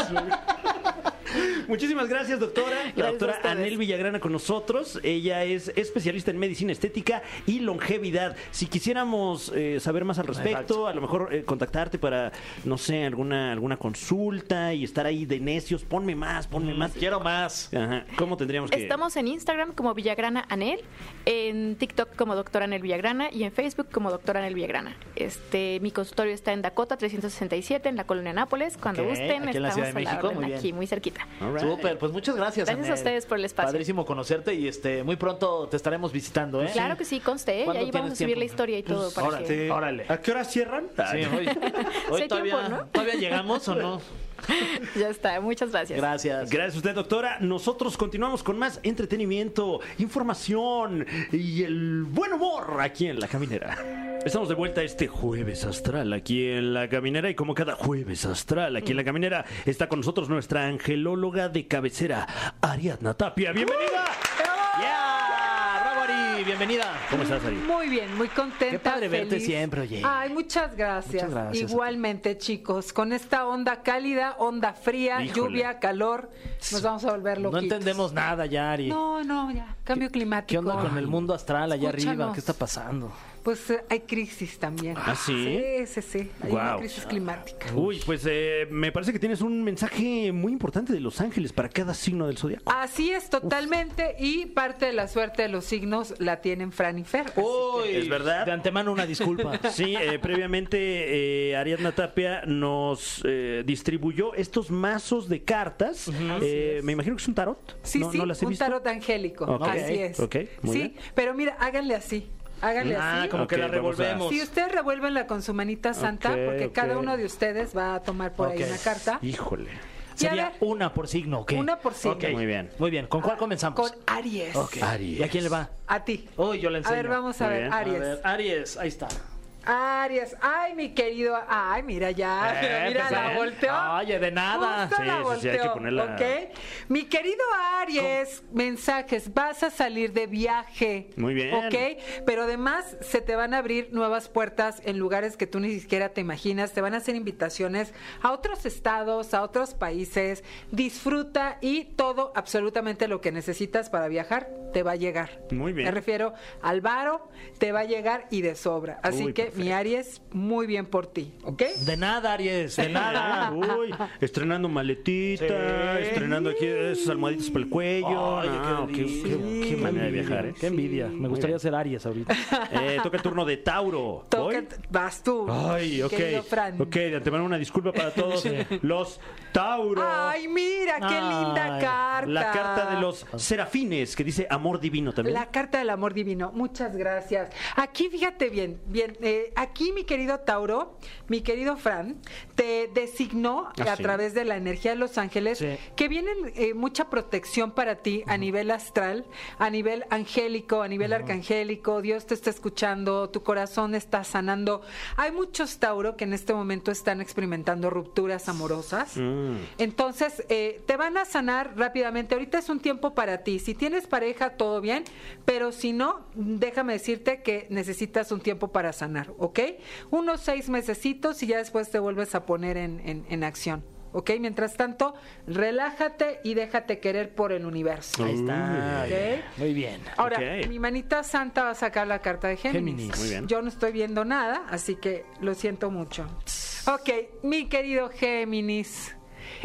S1: Muchísimas gracias, doctora. La
S3: a
S1: doctora
S3: ustedes.
S1: Anel Villagrana con nosotros. Ella es especialista en medicina estética y longevidad. Si quisiéramos eh, saber más al respecto,
S2: Exacto.
S1: a lo mejor eh, contactarte para, no sé, alguna, alguna consulta y estar ahí de necios, ponme más, ponme más.
S2: Quiero más.
S1: Ajá. ¿Cómo tendríamos que...?
S3: Mm, Estamos en Instagram como Villagrana Anel, en TikTok como Doctora Anel Villagrana y en Facebook como Doctora Anel Villagrana. Este, mi consultorio está en Dakota 367 en la colonia Nápoles. Cuando
S2: Ok,
S3: gusten,
S2: aquí en la
S3: estamos
S2: Ciudad de
S3: a la
S2: México,
S3: orden
S2: muy bien.
S3: aquí, muy cerquita.
S1: All right.
S2: Súper, pues muchas gracias.
S3: Gracias a
S2: Anel.
S3: ustedes por el espacio.
S2: Padrísimo conocerte y este muy pronto te estaremos visitando, ¿eh?
S3: Claro que sí, conste, ¿eh? y
S2: ¿Cuándo
S3: ahí
S2: tienes
S3: vamos a subir
S2: tiempo?
S3: la historia y todo. para
S2: órale,
S3: que-
S2: órale.
S1: ¿A qué hora cierran? Ah,
S2: Sí, hoy, hoy
S3: Sí hay
S2: todavía,
S3: tiempo, ¿no?
S2: todavía llegamos o no.
S3: Ya está, muchas gracias.
S2: Gracias.
S1: Gracias a usted, doctora. Nosotros continuamos con más entretenimiento, información y el buen humor aquí en La Caminera. Estamos de vuelta este jueves astral aquí en La Caminera y como cada jueves astral aquí en La Caminera está con nosotros nuestra angelóloga de cabecera, Ariadna Tapia. Bienvenida.
S2: Yeah, Rabari, bienvenida.
S1: ¿Cómo estás, Ari?
S6: Muy bien, muy contenta.
S2: Qué padre verte
S6: feliz.
S2: siempre, oye.
S6: Ay, muchas gracias.
S2: Muchas gracias a ti.
S6: Igualmente, chicos, con esta onda cálida, onda fría,
S1: Híjole.
S6: lluvia, calor, nos vamos a volver
S2: No
S6: loquitos.
S2: entendemos nada, Yari.
S6: No, no, ya. Cambio climático.
S2: ¿Qué onda con el mundo astral allá arriba?
S6: Escúchanos.
S2: ¿Qué está pasando?
S6: Pues eh, hay crisis también.
S1: ¿Ah, sí?
S6: Sí, sí, sí. Hay una
S1: Guau.
S6: crisis climática.
S1: Uy, pues eh, me parece que tienes un mensaje muy importante de Los Ángeles para cada signo del zodiaco.
S6: Así es, totalmente. Y parte de la suerte de los signos la tienen Fran y Fer. así que-
S2: Oh.
S1: Es verdad.
S2: De antemano una disculpa.
S1: Sí, eh, previamente eh, Ariadna Tapia nos eh, distribuyó estos mazos de cartas. Eh, me imagino que es un tarot.
S6: Sí,
S1: ¿No-
S6: sí,
S1: no las he
S6: un
S1: visto?
S6: tarot angélico.
S1: Ok,
S6: Así es.
S1: ok, muy
S6: sí,
S1: bien.
S6: pero mira, háganle así. Háganle
S2: ah,
S6: así.
S2: como que
S1: Ok,
S2: la
S1: vamos a-
S2: revolvemos.
S6: Si ustedes revuélvenla con su manita santa,
S1: Ok,
S6: porque cada
S1: ok.
S6: uno de ustedes va a tomar por
S2: Ok.
S6: ahí una carta.
S1: Híjole.
S6: Y a
S2: Sería
S6: ver,
S2: una por signo, ¿ok?
S6: Una por signo.
S2: Ok,
S1: Muy bien.
S2: Muy bien. ¿Con cuál comenzamos?
S6: Ah, con Aries.
S2: Ok. ¿Y a quién le va?
S6: A ti.
S2: Uy, yo le
S6: A
S2: enseño.
S6: ver, vamos a
S1: Muy
S6: ver,
S1: bien.
S6: Aries.
S2: A ver, Aries, ahí está.
S6: Aries. Ay, mi querido. Ay, mira ya.
S2: Eh,
S6: mira,
S2: pues,
S6: la
S2: eh.
S6: volteó.
S2: Oye, de nada.
S1: Sí, sí,
S6: Justo la
S1: sí, hay que
S6: volteó,
S1: ponerla-
S6: ¿ok? Mi querido Aries, mensajes. Vas a salir de viaje.
S1: Muy bien.
S6: ¿Ok? Pero además se te van a abrir nuevas puertas en lugares que tú ni siquiera te imaginas. Te van a hacer invitaciones a otros estados, a otros países. Disfruta y todo, absolutamente lo que necesitas para viajar, te va a llegar.
S1: Muy bien.
S6: Me refiero al varo, te va a llegar y de sobra. Así
S1: Uy,
S6: que, mi
S1: perfecto.
S6: Aries, muy bien por ti. ¿Ok?
S2: De nada, Aries, de nada.
S1: Uy, estrenando maletita,
S2: Sí.
S1: estrenando aquí esos almohaditos para el cuello.
S2: Oye,
S1: No, qué,
S2: delicia.
S1: qué- qué manera de viajar, ¿eh?
S2: Qué envidia. Me gustaría ser Aries ahorita.
S1: Eh, toca el turno de Tauro. ¿Voy?
S6: Toca, vas tú.
S1: Ay, ok.
S6: querido Fran.
S1: Ok, de antemano una disculpa para todos los Tauro.
S6: Ay, mira, qué
S2: Ay,
S6: linda
S2: la
S6: carta.
S1: la carta de los serafines que dice amor divino también.
S6: La carta del amor divino, muchas gracias. Aquí, fíjate bien, bien, eh, aquí mi querido Tauro, mi querido Fran, te designó
S1: Ah,
S6: a
S1: sí.
S6: través de la energía de los ángeles
S2: Sí.
S6: que vienen eh, mucha protección para ti a nivel astral, a nivel angélico, a nivel arcangélico, Dios te está escuchando, tu corazón está sanando. Hay muchos Tauro que en este momento están experimentando rupturas amorosas. Entonces, eh, te van a sanar rápidamente. Ahorita es un tiempo para ti. Si tienes pareja, todo bien, pero si no, déjame decirte que necesitas un tiempo para sanar, ¿ok? Unos seis mesecitos y ya después te vuelves a poner en, en- en acción. ¿Ok? Mientras tanto, relájate y déjate querer por el universo.
S2: Ahí está.
S6: Ok.
S2: Muy bien.
S6: Ahora,
S1: Ok.
S6: mi manita santa va a sacar la carta de Géminis.
S2: Géminis. Muy
S1: bien.
S6: Yo no estoy viendo nada, así que lo siento mucho. Ok, mi querido Géminis.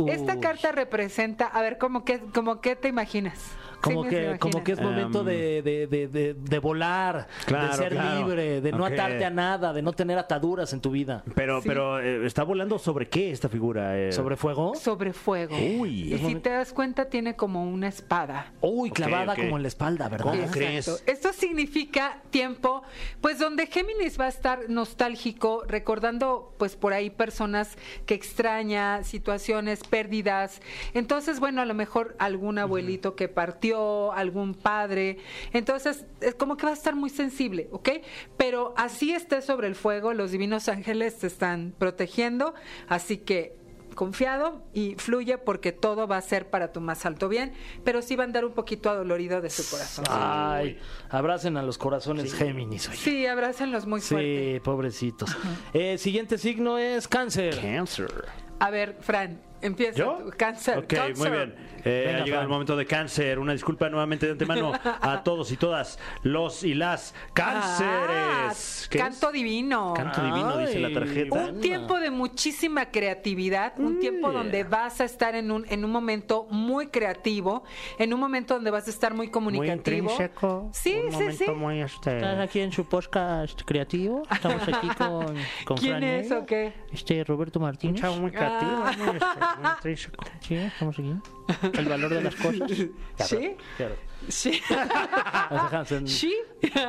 S6: Esta
S2: Uy.
S6: carta representa, a ver, ¿cómo que, como que te imaginas? ¿Sí
S2: Como
S6: me
S2: que,
S6: imaginas?
S2: como que es momento de, de- de- de- de volar,
S1: Em, Claro,
S2: de ser
S1: claro.
S2: libre, de no
S1: Ok.
S2: atarte a nada, de no tener ataduras en tu vida.
S1: Pero,
S6: Sí.
S1: pero eh, está volando sobre qué esta figura. Eh?
S2: ¿Sobre fuego?
S6: sobre fuego.
S1: Uy.
S6: y si te das cuenta, tiene como una espada.
S2: Uy,
S1: Ok,
S2: clavada
S1: ok.
S2: como en la espalda, ¿verdad?
S1: ¿Cómo
S6: Exacto.
S1: crees?
S6: Esto significa tiempo, pues donde Géminis va a estar nostálgico, recordando pues por ahí personas que extraña, situaciones, pérdidas. Entonces, bueno, a lo mejor algún abuelito que partió, algún padre. Entonces, es como que va a estar muy sensible, ¿ok? Pero así esté sobre el fuego, los divinos ángeles te están protegiendo, así que confiado y fluye porque todo va a ser para tu más alto bien, pero sí va a andar un poquito adolorido de su corazón.
S2: Ay, abracen a los corazones Géminis, oye.
S6: Sí, abrácenlos muy fuerte.
S2: Sí, pobrecitos. Eh, siguiente signo es cáncer.
S1: Cancer.
S6: A ver, Fran, empieza
S1: ¿Yo?
S6: tú. Cáncer.
S1: Ok,
S6: cáncer.
S1: muy bien. Eh,
S2: Venga,
S1: ha llegado
S2: Fran.
S1: el momento de cáncer. Una disculpa nuevamente de antemano a todos y todas los y las cánceres.
S6: Ah,
S1: ¿Qué
S6: canto
S1: es?
S6: divino.
S1: Canto divino, dice la
S2: Ay.
S1: tarjeta.
S6: Un tiempo de muchísima creatividad, un tiempo donde vas a estar en un, en un momento muy creativo, en un momento donde vas a estar muy comunicativo. sí, sí, sí.
S7: Estás aquí en su podcast creativo. Estamos aquí con, con
S6: ¿Quién
S7: Fran
S6: es
S7: Evia,
S6: o qué?
S7: Este Roberto Martínez.
S8: muy
S6: Ah. creativo,
S8: muy,
S7: Sí, estamos aquí. El valor de las cosas.
S6: ¿Sí? Sí.
S2: Nos dejan, se-
S6: Sí.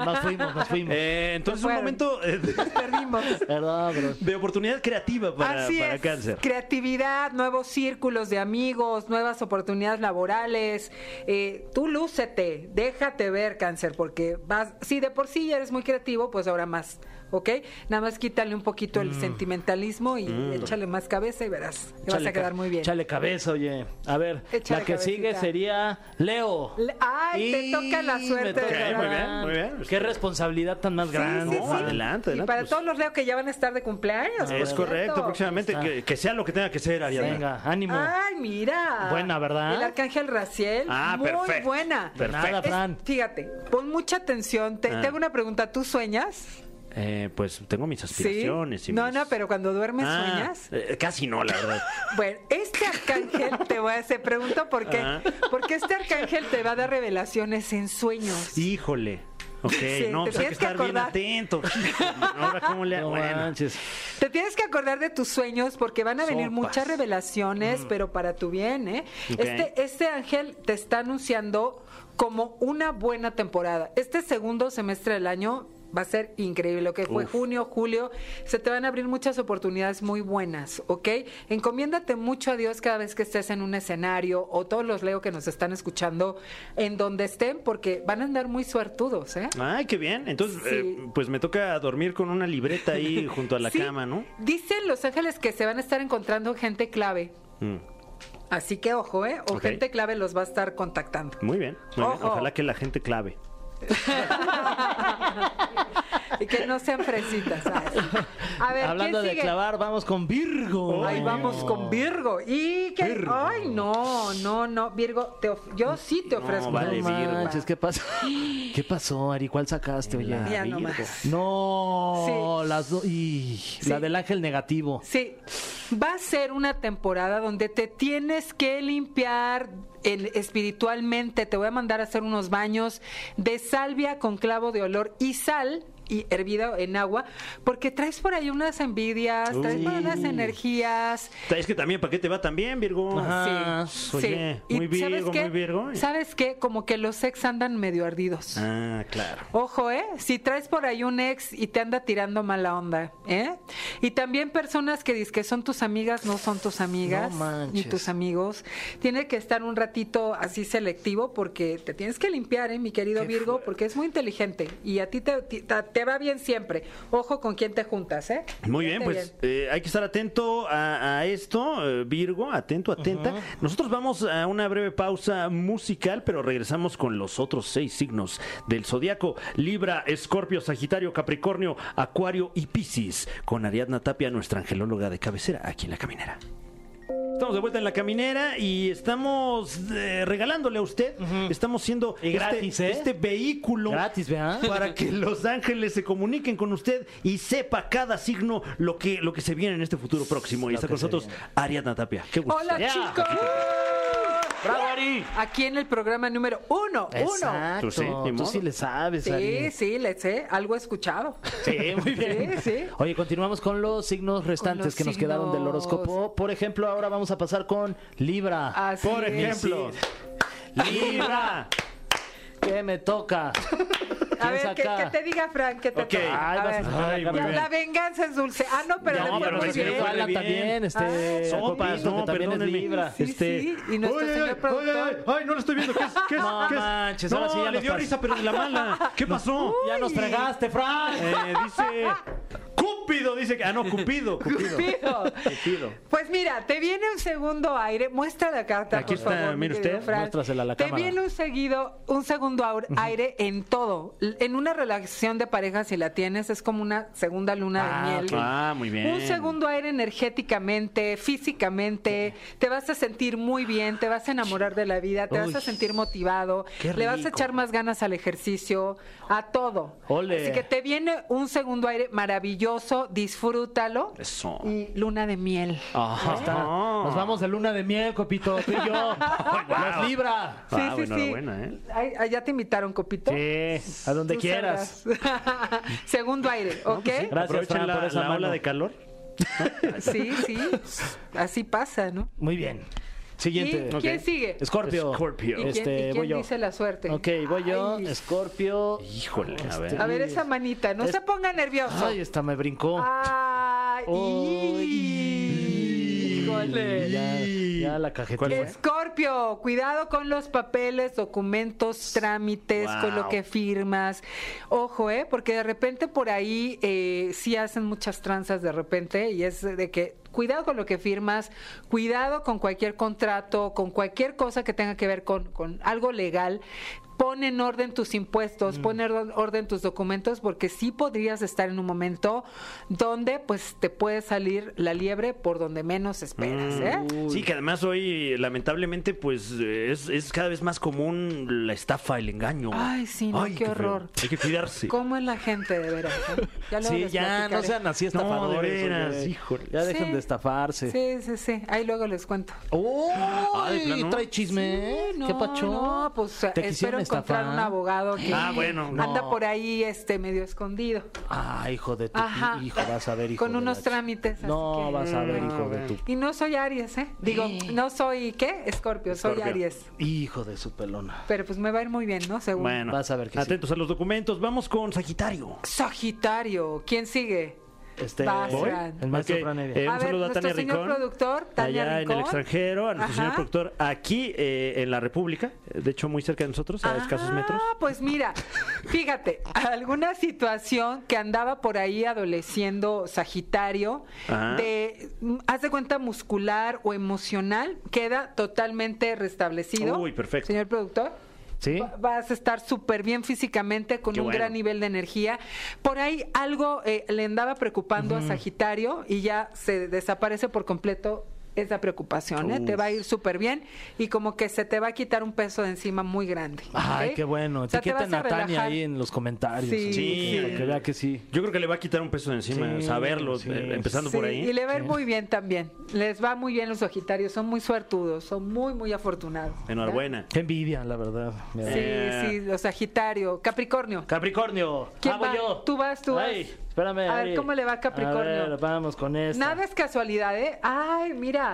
S2: Nos fuimos, nos fuimos.
S1: Eh, entonces,
S6: Se
S1: un
S6: fueron.
S1: momento eh, de,
S6: Perdimos.
S2: Perdón, bro.
S1: de oportunidad creativa para,
S6: Así
S1: para
S6: es.
S1: cáncer.
S6: Creatividad, nuevos círculos de amigos, nuevas oportunidades laborales. Eh, tú lúcete, déjate ver, cáncer, porque vas, si de por sí ya eres muy creativo, pues ahora más, ¿ok? Nada más quítale un poquito
S1: Mm.
S6: el sentimentalismo y échale más cabeza y verás, te vas
S2: Échale
S6: a quedar
S2: ca-
S6: muy bien.
S2: Échale cabeza, oye. A ver,
S6: Échale
S2: la que
S6: cabecita.
S2: sigue sería Leo.
S6: Le- ay, te toca la
S2: me
S6: suerte,
S2: toca.
S6: ¿verdad?
S1: muy bien, muy bien.
S2: Qué responsabilidad tan más
S6: Sí,
S2: grande.
S6: sí,
S1: No,
S6: sí.
S1: adelante,
S6: Y
S1: adelante,
S6: para
S1: pues.
S6: todos los leo que ya van a estar de cumpleaños. por
S1: Es
S6: cierto.
S1: correcto, próximamente.
S2: Está.
S1: Que, que sea lo que tenga que ser, Ariadna.
S2: Venga, ánimo.
S6: Ay, mira.
S2: Buena, ¿verdad?
S6: El arcángel Raciel.
S1: Ah,
S6: muy
S1: perfecto.
S6: buena.
S2: De Nada,
S6: Es-
S2: Fran.
S6: fíjate, pon mucha atención. Te,
S1: Ah.
S6: te hago una pregunta. ¿Tú sueñas?
S1: Eh, pues tengo mis
S6: Sí.
S1: aspiraciones. y
S6: no,
S1: mis-
S6: no, pero cuando duermes
S1: Ah,
S6: sueñas.
S1: eh, casi no, la verdad.
S6: Bueno, este arcángel te voy a hacer pregunta por qué.
S1: Ah.
S6: Porque este arcángel te va a dar revelaciones en sueños.
S1: Híjole. Ok,
S6: Sí,
S1: no,
S6: te
S1: pues hay
S6: tienes
S1: que
S6: que
S1: estar bien
S6: acordar.
S1: atento. Ahora, ¿cómo le
S2: No
S1: hago? Bueno,
S2: manches.
S6: Te tienes que acordar de tus sueños porque van a venir
S1: Sopas. Mm.
S6: muchas revelaciones, pero para tu bien, ¿eh?
S1: Ok.
S6: Este, este ángel te está anunciando como una buena temporada. Este segundo semestre del año va a ser increíble. Lo que fue junio, julio, se te van a abrir muchas oportunidades muy buenas, ¿ok? Encomiéndate mucho a Dios cada vez que estés en un escenario o todos los leo que nos están escuchando en donde estén, porque van a andar muy suertudos, ¿eh?
S1: Ay, qué bien. Entonces,
S6: Sí.
S1: eh, pues me toca dormir con una libreta ahí junto a la
S6: Sí.
S1: cama, ¿no?
S6: Dicen los ángeles que se van a estar encontrando gente clave.
S1: Mm.
S6: Así que ojo, ¿eh? O
S1: Ok.
S6: gente clave los va a estar contactando.
S1: Muy bien. muy bien.
S6: Ojo.
S1: Ojalá que la gente clave.
S6: y que no sean fresitas. ¿sabes? A ver,
S2: Hablando
S6: ¿quién
S2: de
S6: sigue?
S2: clavar, vamos con Virgo.
S1: Oh.
S6: Ahí vamos con Virgo. Y que. Ay, no, no, no. Virgo, te of- yo sí te ofrezco.
S1: vale,
S2: No manches, ¿qué pasó? ¿Qué pasó, Ari? ¿Cuál sacaste, oye?
S6: Mira nomás.
S2: No,
S6: Sí.
S2: las dos. La del ángel negativo.
S6: Sí, va a ser una temporada donde te tienes que limpiar el- espiritualmente. Te voy a mandar a hacer unos baños de salvia con clavo de olor y sal y hervida en agua, porque traes por ahí unas envidias, traes por ahí unas energías.
S1: Es que también, ¿para qué te va tan bien, Virgo?
S2: Ajá.
S6: sí,
S1: Ah, oye,
S6: sí.
S1: muy
S6: ¿Y sabes
S1: Virgo,
S6: qué?
S1: muy Virgo. eh.
S6: ¿Sabes qué? Como que los ex andan medio ardidos.
S1: Ah, claro.
S6: Ojo, ¿eh? Si traes por ahí un ex y te anda tirando mala onda, ¿eh? Y también personas que dicen que son tus amigas, no son tus amigas,
S2: No manches.
S6: ni tus amigos. Tiene que estar un ratito así selectivo porque te tienes que limpiar, ¿eh, mi querido Virgo? Porque es muy inteligente y a ti te, ti- ta- te, va bien siempre. Ojo con quién te juntas, ¿eh?
S1: Muy bien,
S6: Fíjate
S1: pues eh, hay que estar atento a, a esto, eh, Virgo, atento, atenta. Nosotros vamos a una breve pausa musical, pero regresamos con los otros seis signos del zodiaco: Libra, Escorpio, Sagitario, Capricornio, Acuario y Piscis, con Ariadna Tapia, nuestra angelóloga de cabecera, aquí en La Caminera. Estamos de vuelta en la caminera y estamos eh, regalándole a usted, estamos siendo
S2: Y gratis,
S1: este,
S2: ¿eh?
S1: este vehículo
S2: Gratis, ¿verdad?
S1: para que los ángeles se comuniquen con usted y sepa cada signo lo que, lo que se viene en este futuro próximo. Y está
S2: que
S1: con
S2: se
S1: nosotros
S2: viene.
S1: Ariadna Tapia. Qué gusto.
S6: Hola,
S2: Ya.
S6: chicos.
S2: ¡Bravo, Ari!
S6: Aquí en el programa número uno, uno.
S2: Exacto.
S1: Tú sí, ni
S2: Tú
S1: modo.
S2: sí le sabes,
S6: Sí,
S2: Ari.
S6: sí, les sé, algo he escuchado.
S2: Sí, muy bien.
S6: Sí, sí.
S2: Oye, continuamos con los signos restantes
S6: los
S2: que nos quedaron del
S6: signos.
S2: horóscopo. Por ejemplo, ahora vamos a pasar con Libra.
S6: Así
S1: Por
S6: es.
S1: ejemplo,
S2: Libra. ¿Qué me toca?
S6: A
S2: ¿Quién
S6: ver, que,
S2: saca?
S6: que te diga Frank, que te
S1: Ok.
S6: toca.
S2: Ay,
S6: A
S2: vas a
S6: ver.
S2: sacar
S1: Ay,
S2: la
S1: muy
S6: Ya,
S1: bien.
S6: la venganza es dulce. Ah, no, pero
S1: No,
S6: le fue
S1: pero
S6: muy
S1: recién
S6: bien.
S1: fue
S2: Ala
S1: bien.
S2: también, este,
S1: Ah,
S2: Copas,
S1: sopas, no,
S2: que también es
S1: perdónenme.
S2: Libra.
S6: Sí,
S2: este,
S6: sí, y nuestro
S1: Ay, ay,
S6: señor
S1: ay,
S6: productor.
S1: ay, ay, ay, no lo estoy viendo. ¿Qué es? ¿Qué es?
S2: No
S1: ¿Qué es?
S2: manches, ahora sí ya
S1: le
S2: nos
S1: dio
S2: pas-
S1: risa, pero de la mala. ¿Qué pasó?
S2: Ya nos fregaste, Frank.
S1: Eh, dice Cúpido, dice que. Ah, no, Cupido. Cupido.
S6: Cupido.
S1: Cupido.
S6: Pues mira, te viene un segundo aire. Muestra la carta,
S1: Aquí
S6: por
S1: está,
S6: favor. mi
S1: mire
S6: querido
S1: usted.
S6: Fran.
S2: Muéstrasela a la
S6: te
S2: cámara.
S6: viene un seguido, un segundo aur- aire en todo. L- En una relación de pareja, si la tienes, es como una segunda luna
S2: Ah,
S6: de miel.
S2: ok.
S1: Ah, muy bien.
S6: Un segundo aire energéticamente, físicamente. Te vas a sentir muy bien, te vas a enamorar de la vida, te vas
S2: Uy.
S6: a sentir motivado,
S1: Qué
S6: le vas a
S1: rico.
S6: echar más ganas al ejercicio, a todo.
S2: Ole.
S6: Así que te viene un segundo aire maravilloso, disfrútalo.
S1: Eso.
S6: Y luna de miel.
S2: Ahí está. Nos vamos de luna de miel, Copito, tú y yo. Los Libra.
S1: Ah, bueno, enhorabuena, ¿eh?
S6: Ay, ay, ¿Ya te invitaron, Copito?
S2: Sí, a donde
S6: Tú
S2: quieras.
S6: sabrás. Segundo aire, ¿ok?
S2: Gracias,
S1: Aprovechen
S2: Fran,
S1: la,
S2: por esa
S1: la ola
S2: mano.
S1: de calor.
S6: sí, sí. Así pasa, ¿no?
S2: Muy bien. Siguiente.
S6: ¿Y quién sigue?
S2: Scorpio.
S1: Scorpio.
S6: ¿Y quién,
S2: Este,
S6: y quién
S2: voy yo.
S6: dice la suerte?
S2: Ok, voy yo.
S6: Ay.
S2: Scorpio.
S1: Híjole, a ver.
S6: A ver esa manita, no
S2: Es-
S6: se ponga nervioso.
S2: Ay, esta me brincó.
S6: Ay,
S2: Uy.
S6: híjole.
S2: Ya, ya la cajetilla.
S6: Escorpio, cuidado con los papeles, documentos, trámites, con lo
S1: Wow.
S6: que firmas. Ojo, ¿eh? Porque de repente por ahí eh, sí hacen muchas tranzas de repente y es de que cuidado con lo que firmas, cuidado con cualquier contrato, con cualquier cosa que tenga que ver con, con algo legal. Pon en orden tus impuestos, pon en or- orden tus documentos, porque sí podrías estar en un momento donde pues te puede salir la liebre por donde menos esperas. ¿eh?
S1: Sí, que además hoy, lamentablemente, pues eh, es, es cada vez más común la estafa, el engaño.
S6: Ay, sí, no, qué
S1: feo.
S6: horror.
S1: Hay que cuidarse.
S6: ¿Cómo es la gente de veras? eh? Ya luego
S2: Sí,
S6: les
S2: ya, no
S6: platicaré.
S2: sean así estafadores.
S1: No, de veras,
S2: oye.
S1: híjole.
S2: Ya dejen
S6: Sí.
S2: de estafarse.
S6: Sí, sí, sí. Ahí luego les cuento.
S2: ¡Uy!
S1: Ah, ¿de plano?
S2: trae chisme. ¿eh?
S6: Sí, no,
S2: ¿Qué pacho?
S6: no, pues,
S2: ¿Te quisieron
S6: espero encontrar
S7: estafa.
S6: un abogado que
S1: Ah, bueno, no.
S6: anda por ahí este medio escondido.
S2: Ah, hijo de tu
S6: Ajá.
S2: hijo, vas a ver, hijo
S6: Con
S2: de
S6: unos
S2: la ch-
S6: trámites. así
S2: No,
S6: que-
S2: vas a ver, hijo de tu
S6: Y no soy Aries, ¿eh? Digo, no soy, ¿qué? Escorpio, soy
S1: Escorpio.
S6: Aries.
S2: hijo de su pelona.
S6: Pero pues me va a ir muy bien, ¿no? Según.
S1: Bueno,
S2: Vas a ver que sí.
S1: atentos a los documentos. Vamos con Sagitario.
S6: Sagitario, ¿quién sigue?
S2: Este,
S6: Vas,
S2: ¿voy?
S6: Fran.
S2: el maestro
S1: Ok,
S2: Fran Evia.
S1: eh, un
S6: A ver,
S1: saludo a
S6: nuestro
S1: Tania
S6: señor
S1: Rincón.
S6: productor, Tania
S1: allá en
S6: Rincón.
S1: el extranjero, a nuestro señor
S6: Ajá.
S1: productor aquí eh, en la República, eh, de hecho muy cerca de nosotros, a escasos metros.
S6: Ah, pues mira, fíjate, alguna situación que andaba por ahí adoleciendo Sagitario,
S1: Ajá.
S6: de, mm, haz de cuenta, muscular o emocional, queda totalmente restablecido.
S1: Uy, perfecto.
S6: Señor productor.
S2: ¿Sí?
S6: va- Vas a estar súper bien físicamente, con
S1: Qué
S6: un
S1: bueno.
S6: gran nivel de energía. Por ahí algo eh, le andaba preocupando a Sagitario y ya se desaparece por completo esa preocupación. ¿eh? Te va a ir súper bien y como que se te va a quitar un peso de encima muy grande.
S2: Ay,
S6: ¿ok?
S2: qué bueno.
S6: O sea, te
S2: Etiqueta
S6: vas
S2: a Tania
S6: relajar.
S2: ahí en los comentarios.
S6: Sí,
S2: así,
S1: sí.
S2: Para que vea que sí.
S1: Yo creo que le va a quitar un peso de encima,
S2: Sí,
S1: saberlo,
S2: sí.
S1: eh, empezando
S6: Sí,
S1: por ahí.
S6: Y le va a ir muy bien también. Les va muy bien los Sagitarios, son muy suertudos, son muy, muy afortunados.
S1: Enhorabuena.
S2: Qué envidia, la verdad. me da.
S6: Sí,
S1: Eh.
S6: sí, los Sagitario. Capricornio.
S2: Capricornio.
S6: ¿Quién
S2: Ah, voy
S6: va?
S2: yo.
S6: Tú vas, tú vas.
S2: Ay, espérame.
S6: A ver,
S2: Ari.
S6: ¿cómo le va a Capricornio?
S2: A ver, vamos con esto.
S6: Nada es casualidad, ¿eh? Ay, mira.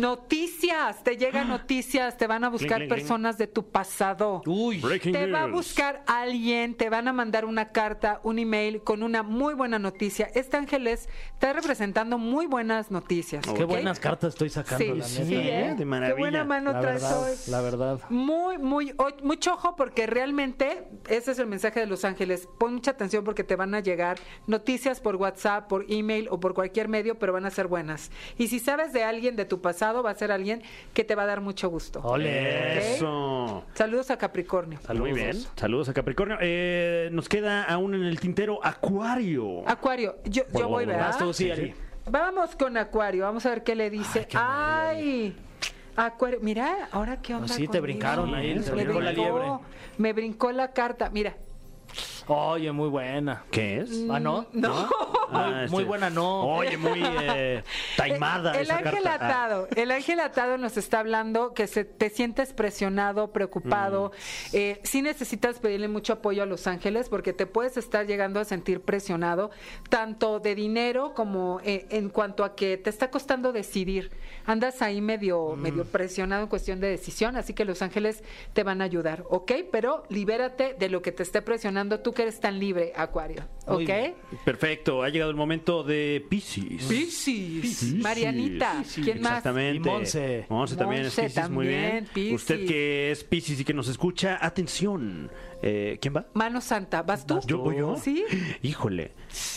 S6: Noticias, te llegan noticias, te van a buscar
S1: cling, cling.
S6: personas de tu pasado.
S1: Uy, Breaking
S6: Te va a
S1: news.
S6: buscar alguien, te van a mandar una carta, un email con una muy buena noticia. Este ángel es- está representando muy buenas noticias.
S2: Qué
S6: ¿ok?
S2: buenas cartas estoy sacando,
S6: Sí,
S2: la
S6: sí,
S2: neta.
S1: ¿eh?
S6: ¿eh?
S1: De maravilla.
S6: Qué buena mano
S2: La
S6: traes
S2: verdad,
S6: hoy.
S2: la verdad.
S6: Muy, muy, o- mucho ojo porque realmente ese es el mensaje de Los Ángeles. Pon mucha atención porque te van a llegar noticias por WhatsApp, por email o por cualquier medio, pero van a ser buenas. Y si sabes de alguien de tu pasado, va a ser alguien que te va a dar mucho gusto.
S2: Ole.
S1: Eso.
S6: Saludos a Capricornio.
S1: Muy bien. Saludos a Capricornio. Eh, nos queda aún en el tintero Acuario.
S6: Acuario, yo, yo voy, ¿verdad?
S2: Vas tú, sí,
S1: Sí,
S2: Ari.
S1: sí.
S6: Vamos con Acuario, vamos a ver qué le dice. Ay, Acuario, mira, ahora qué onda.
S2: Pues sí, te
S6: conmigo?
S2: brincaron ahí,
S1: te
S6: Me
S1: brincó la
S2: liebre.
S6: Me brincó la carta, mira.
S2: Oye, muy buena.
S1: ¿Qué es?
S6: Mm.
S2: ¿Ah, no?
S6: No.
S1: Ah,
S2: muy buena, no.
S1: Oye, muy eh, taimada
S6: El
S1: esa
S6: ángel
S1: carta. Ah,
S6: atado, el ángel atado nos está hablando que se, te sientes presionado, preocupado.
S1: Mm.
S6: Eh, sí necesitas pedirle mucho apoyo a los ángeles porque te puedes estar llegando a sentir presionado, tanto de dinero como eh, en cuanto a que te está costando decidir. Andas ahí medio,
S1: Mm.
S6: medio presionado en cuestión de decisión, así que los ángeles te van a ayudar, ¿ok? Pero libérate de lo que te esté presionando, tú que eres tan libre, Acuario,
S2: Muy
S6: ¿ok?
S2: bien.
S1: Perfecto, ha llegado el momento de Pisces.
S6: Piscis.
S1: Piscis.
S6: Marianita, ¿quién más?
S1: Exactamente.
S2: Y Monse.
S1: Monse también es
S6: Monse
S1: Pisces, muy bien.
S6: también, Piscis.
S1: Usted que es Pisces y que nos escucha, atención. Eh, ¿Quién va?
S6: Mano Santa, ¿vas tú?
S1: ¿Yo voy yo?
S6: Sí.
S1: Híjole.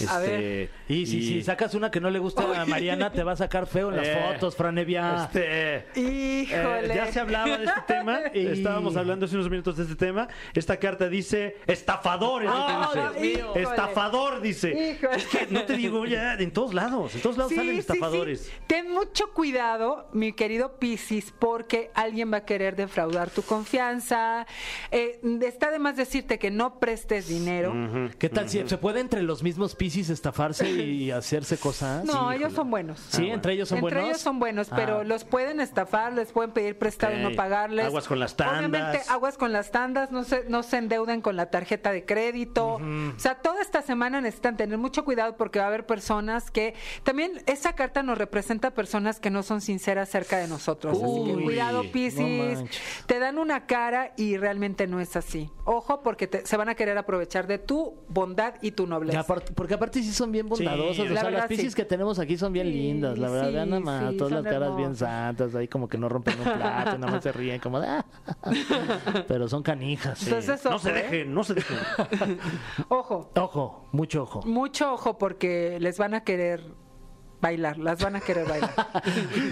S6: A
S1: Este,
S6: ver.
S2: Y si, si sacas una que no le gusta a Mariana, te va a sacar feo en las
S1: Eh,
S2: fotos, Franevia.
S1: Este,
S6: Híjole.
S1: Eh, ya se hablaba de este tema.
S2: Y-
S1: Estábamos hablando hace unos minutos de este tema. Esta carta dice estafador. es lo que
S6: Ah,
S1: dice.
S6: Dios mío. Híjole.
S1: Estafador dice.
S6: Híjole.
S1: Es que no te digo ya, en todos lados. En todos lados
S6: Sí,
S1: salen
S6: sí,
S1: estafadores.
S6: sí. Ten mucho cuidado, mi querido Piscis, porque alguien va a querer defraudar tu confianza. Eh, está de más decirte que no prestes dinero.
S2: ¿Qué tal si se puede entre los mismos Piscis estafarse y hacerse cosas?
S6: No, ellos son buenos.
S2: Ah, Sí, entre ellos son
S6: Entre
S2: buenos.
S6: ellos son buenos, pero
S2: Ah.
S6: los pueden estafar, les pueden pedir prestado y
S1: Ok.
S6: no pagarles.
S1: Aguas con las tandas.
S6: Obviamente, aguas con las tandas, no se, no se endeuden con la tarjeta de crédito. O sea, toda esta semana necesitan tener mucho cuidado porque va a haber personas que. También esa carta nos representa personas que no son sinceras cerca de nosotros. así
S2: Uy,
S6: que cuidado,
S2: no
S6: Piscis.
S2: manches.
S6: te dan una cara y realmente no es así. Ojo, porque te- se van a querer aprovechar de tu bondad y tu
S2: Ya,
S6: nobleza.
S2: aparte- porque aparte sí son bien bondadosas. o
S6: la
S2: sea, las
S6: verdad, sí.
S2: Piscis que tenemos aquí son bien
S6: Sí,
S2: lindas, la verdad.
S6: sí,
S2: vean nada más,
S6: sí,
S2: todas las
S6: son
S2: caras bien
S6: hermosas.
S2: santas, ahí como que no rompen un plato, nada más se ríen como de, "Ah". Pero son canijas. sí.
S6: Entonces,
S1: No
S6: ojo,
S1: se
S6: ¿eh?
S1: dejen, no se dejen.
S6: Ojo.
S2: Ojo, mucho ojo.
S6: Mucho ojo porque les van a querer bailar, las van a querer bailar.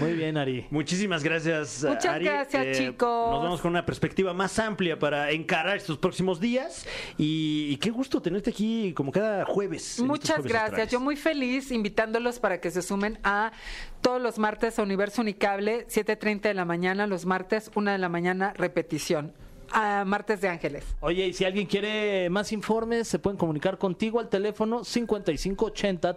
S2: Muy bien, Ari.
S1: Muchísimas gracias,
S6: Muchas
S1: Ari. Eh,
S6: gracias, chicos.
S1: Nos vamos con una perspectiva más amplia para encarar estos próximos días. Y, y qué gusto tenerte aquí como cada jueves. en estos
S6: Muchas
S1: jueves
S6: gracias.
S1: astrales.
S6: Yo muy feliz invitándolos para que se sumen a todos los martes a Universo Unicable, 7.30 de la mañana, los martes, 1 de la mañana, repetición. a Martes de Ángeles.
S2: Oye, y si alguien quiere más informes, se pueden comunicar contigo al teléfono 5580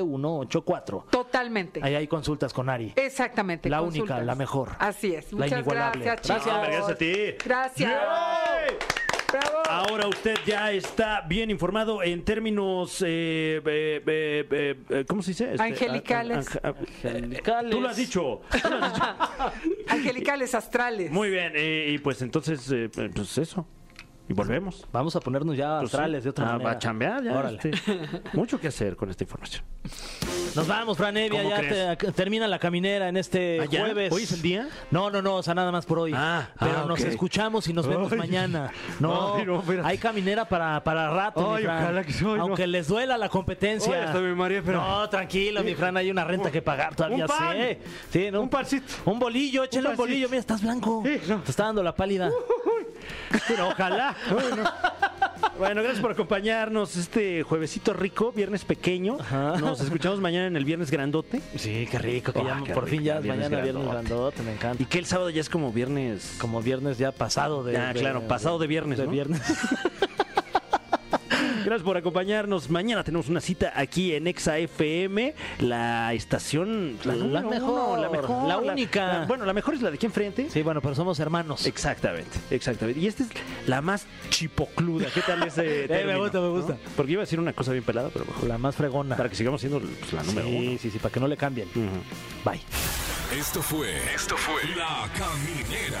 S2: 319184.
S6: Totalmente.
S2: Ahí hay consultas con Ari.
S1: Eh,
S6: Exactamente.
S2: La única, la mejor.
S6: Así es.
S2: La
S6: Muchas
S2: inigualable.
S6: gracias, chicos.
S2: Gracias,
S1: Ah, gracias a ti.
S6: Gracias.
S1: ¡Yay!
S6: Bravo.
S1: Ahora usted ya está bien informado en términos. eh, eh, eh, eh, eh, ¿Cómo se dice? Este,
S6: Angelicales.
S1: a- a- a- eh, Tú lo has dicho. Tú lo has dicho.
S6: Angelicales astrales.
S1: Muy bien. eh, y pues entonces, eh, pues eso. Y volvemos.
S2: Vamos a ponernos ya
S1: Pues
S2: astrales
S1: sí.
S2: de otra
S1: Ah,
S2: manera.
S1: A chambear ya.
S2: Órale.
S1: este. Mucho que hacer con esta información.
S2: Nos vamos, Fran Evia.
S1: ¿Cómo
S2: Ya
S1: crees?
S2: te- termina la caminera en este
S1: ¿Ah, ya?
S2: jueves.
S1: ¿Hoy es el día?
S2: No, no, no. O sea, nada más por hoy.
S1: Ah,
S2: Pero
S1: ah,
S2: nos
S1: ok.
S2: escuchamos y nos vemos
S1: Ay.
S2: mañana. No,
S1: Ay, no, espérate.
S2: hay caminera para, para rato.
S1: Ay,
S2: mi Fran.
S1: ojalá que sí, ay, no.
S2: Aunque les duela la competencia.
S1: Ay, hasta me mareé, pero- Eh,
S2: No, tranquilo, mi Fran. Hay una renta que pagar todavía.
S1: Un pan.
S2: Sí, sí ¿no?
S1: Un pancito.
S2: Un bolillo. Échale un,
S1: pancito.
S2: bolillo. Mira, estás blanco.
S1: Sí, no.
S2: Te está dando la pálida.
S1: Pero ojalá. Bueno, gracias por acompañarnos este juevesito rico, viernes pequeño. Nos escuchamos mañana en el viernes grandote.
S2: Sí, qué rico. Que
S1: Ah,
S2: ya
S1: qué
S2: por fin
S1: rico,
S2: ya es
S1: viernes
S2: mañana viernes
S1: grandote.
S2: grandote. Me encanta.
S1: Y que el sábado ya es como viernes.
S2: Como viernes ya pasado de.
S1: Ah, claro, pasado de viernes,
S2: De
S1: ¿no?
S2: viernes.
S1: Gracias por acompañarnos. Mañana tenemos una cita aquí en Exa FM, la estación la, número
S2: mejor,
S1: la mejor,
S2: la única.
S1: la- bueno, la mejor es la de aquí enfrente.
S2: Sí, bueno, pero somos hermanos.
S1: Exactamente, exactamente. Y esta es la más chipocluda. ¿Qué tal ese término?
S2: gusta, Eh, me gusta.
S1: Porque iba a decir una cosa bien pelada, pero mejor.
S2: La más fregona.
S1: Para que sigamos siendo pues, la número uno.
S2: Sí, sí, sí, para que no le cambien. Bye.
S8: Esto fue. Esto fue. La Caminera.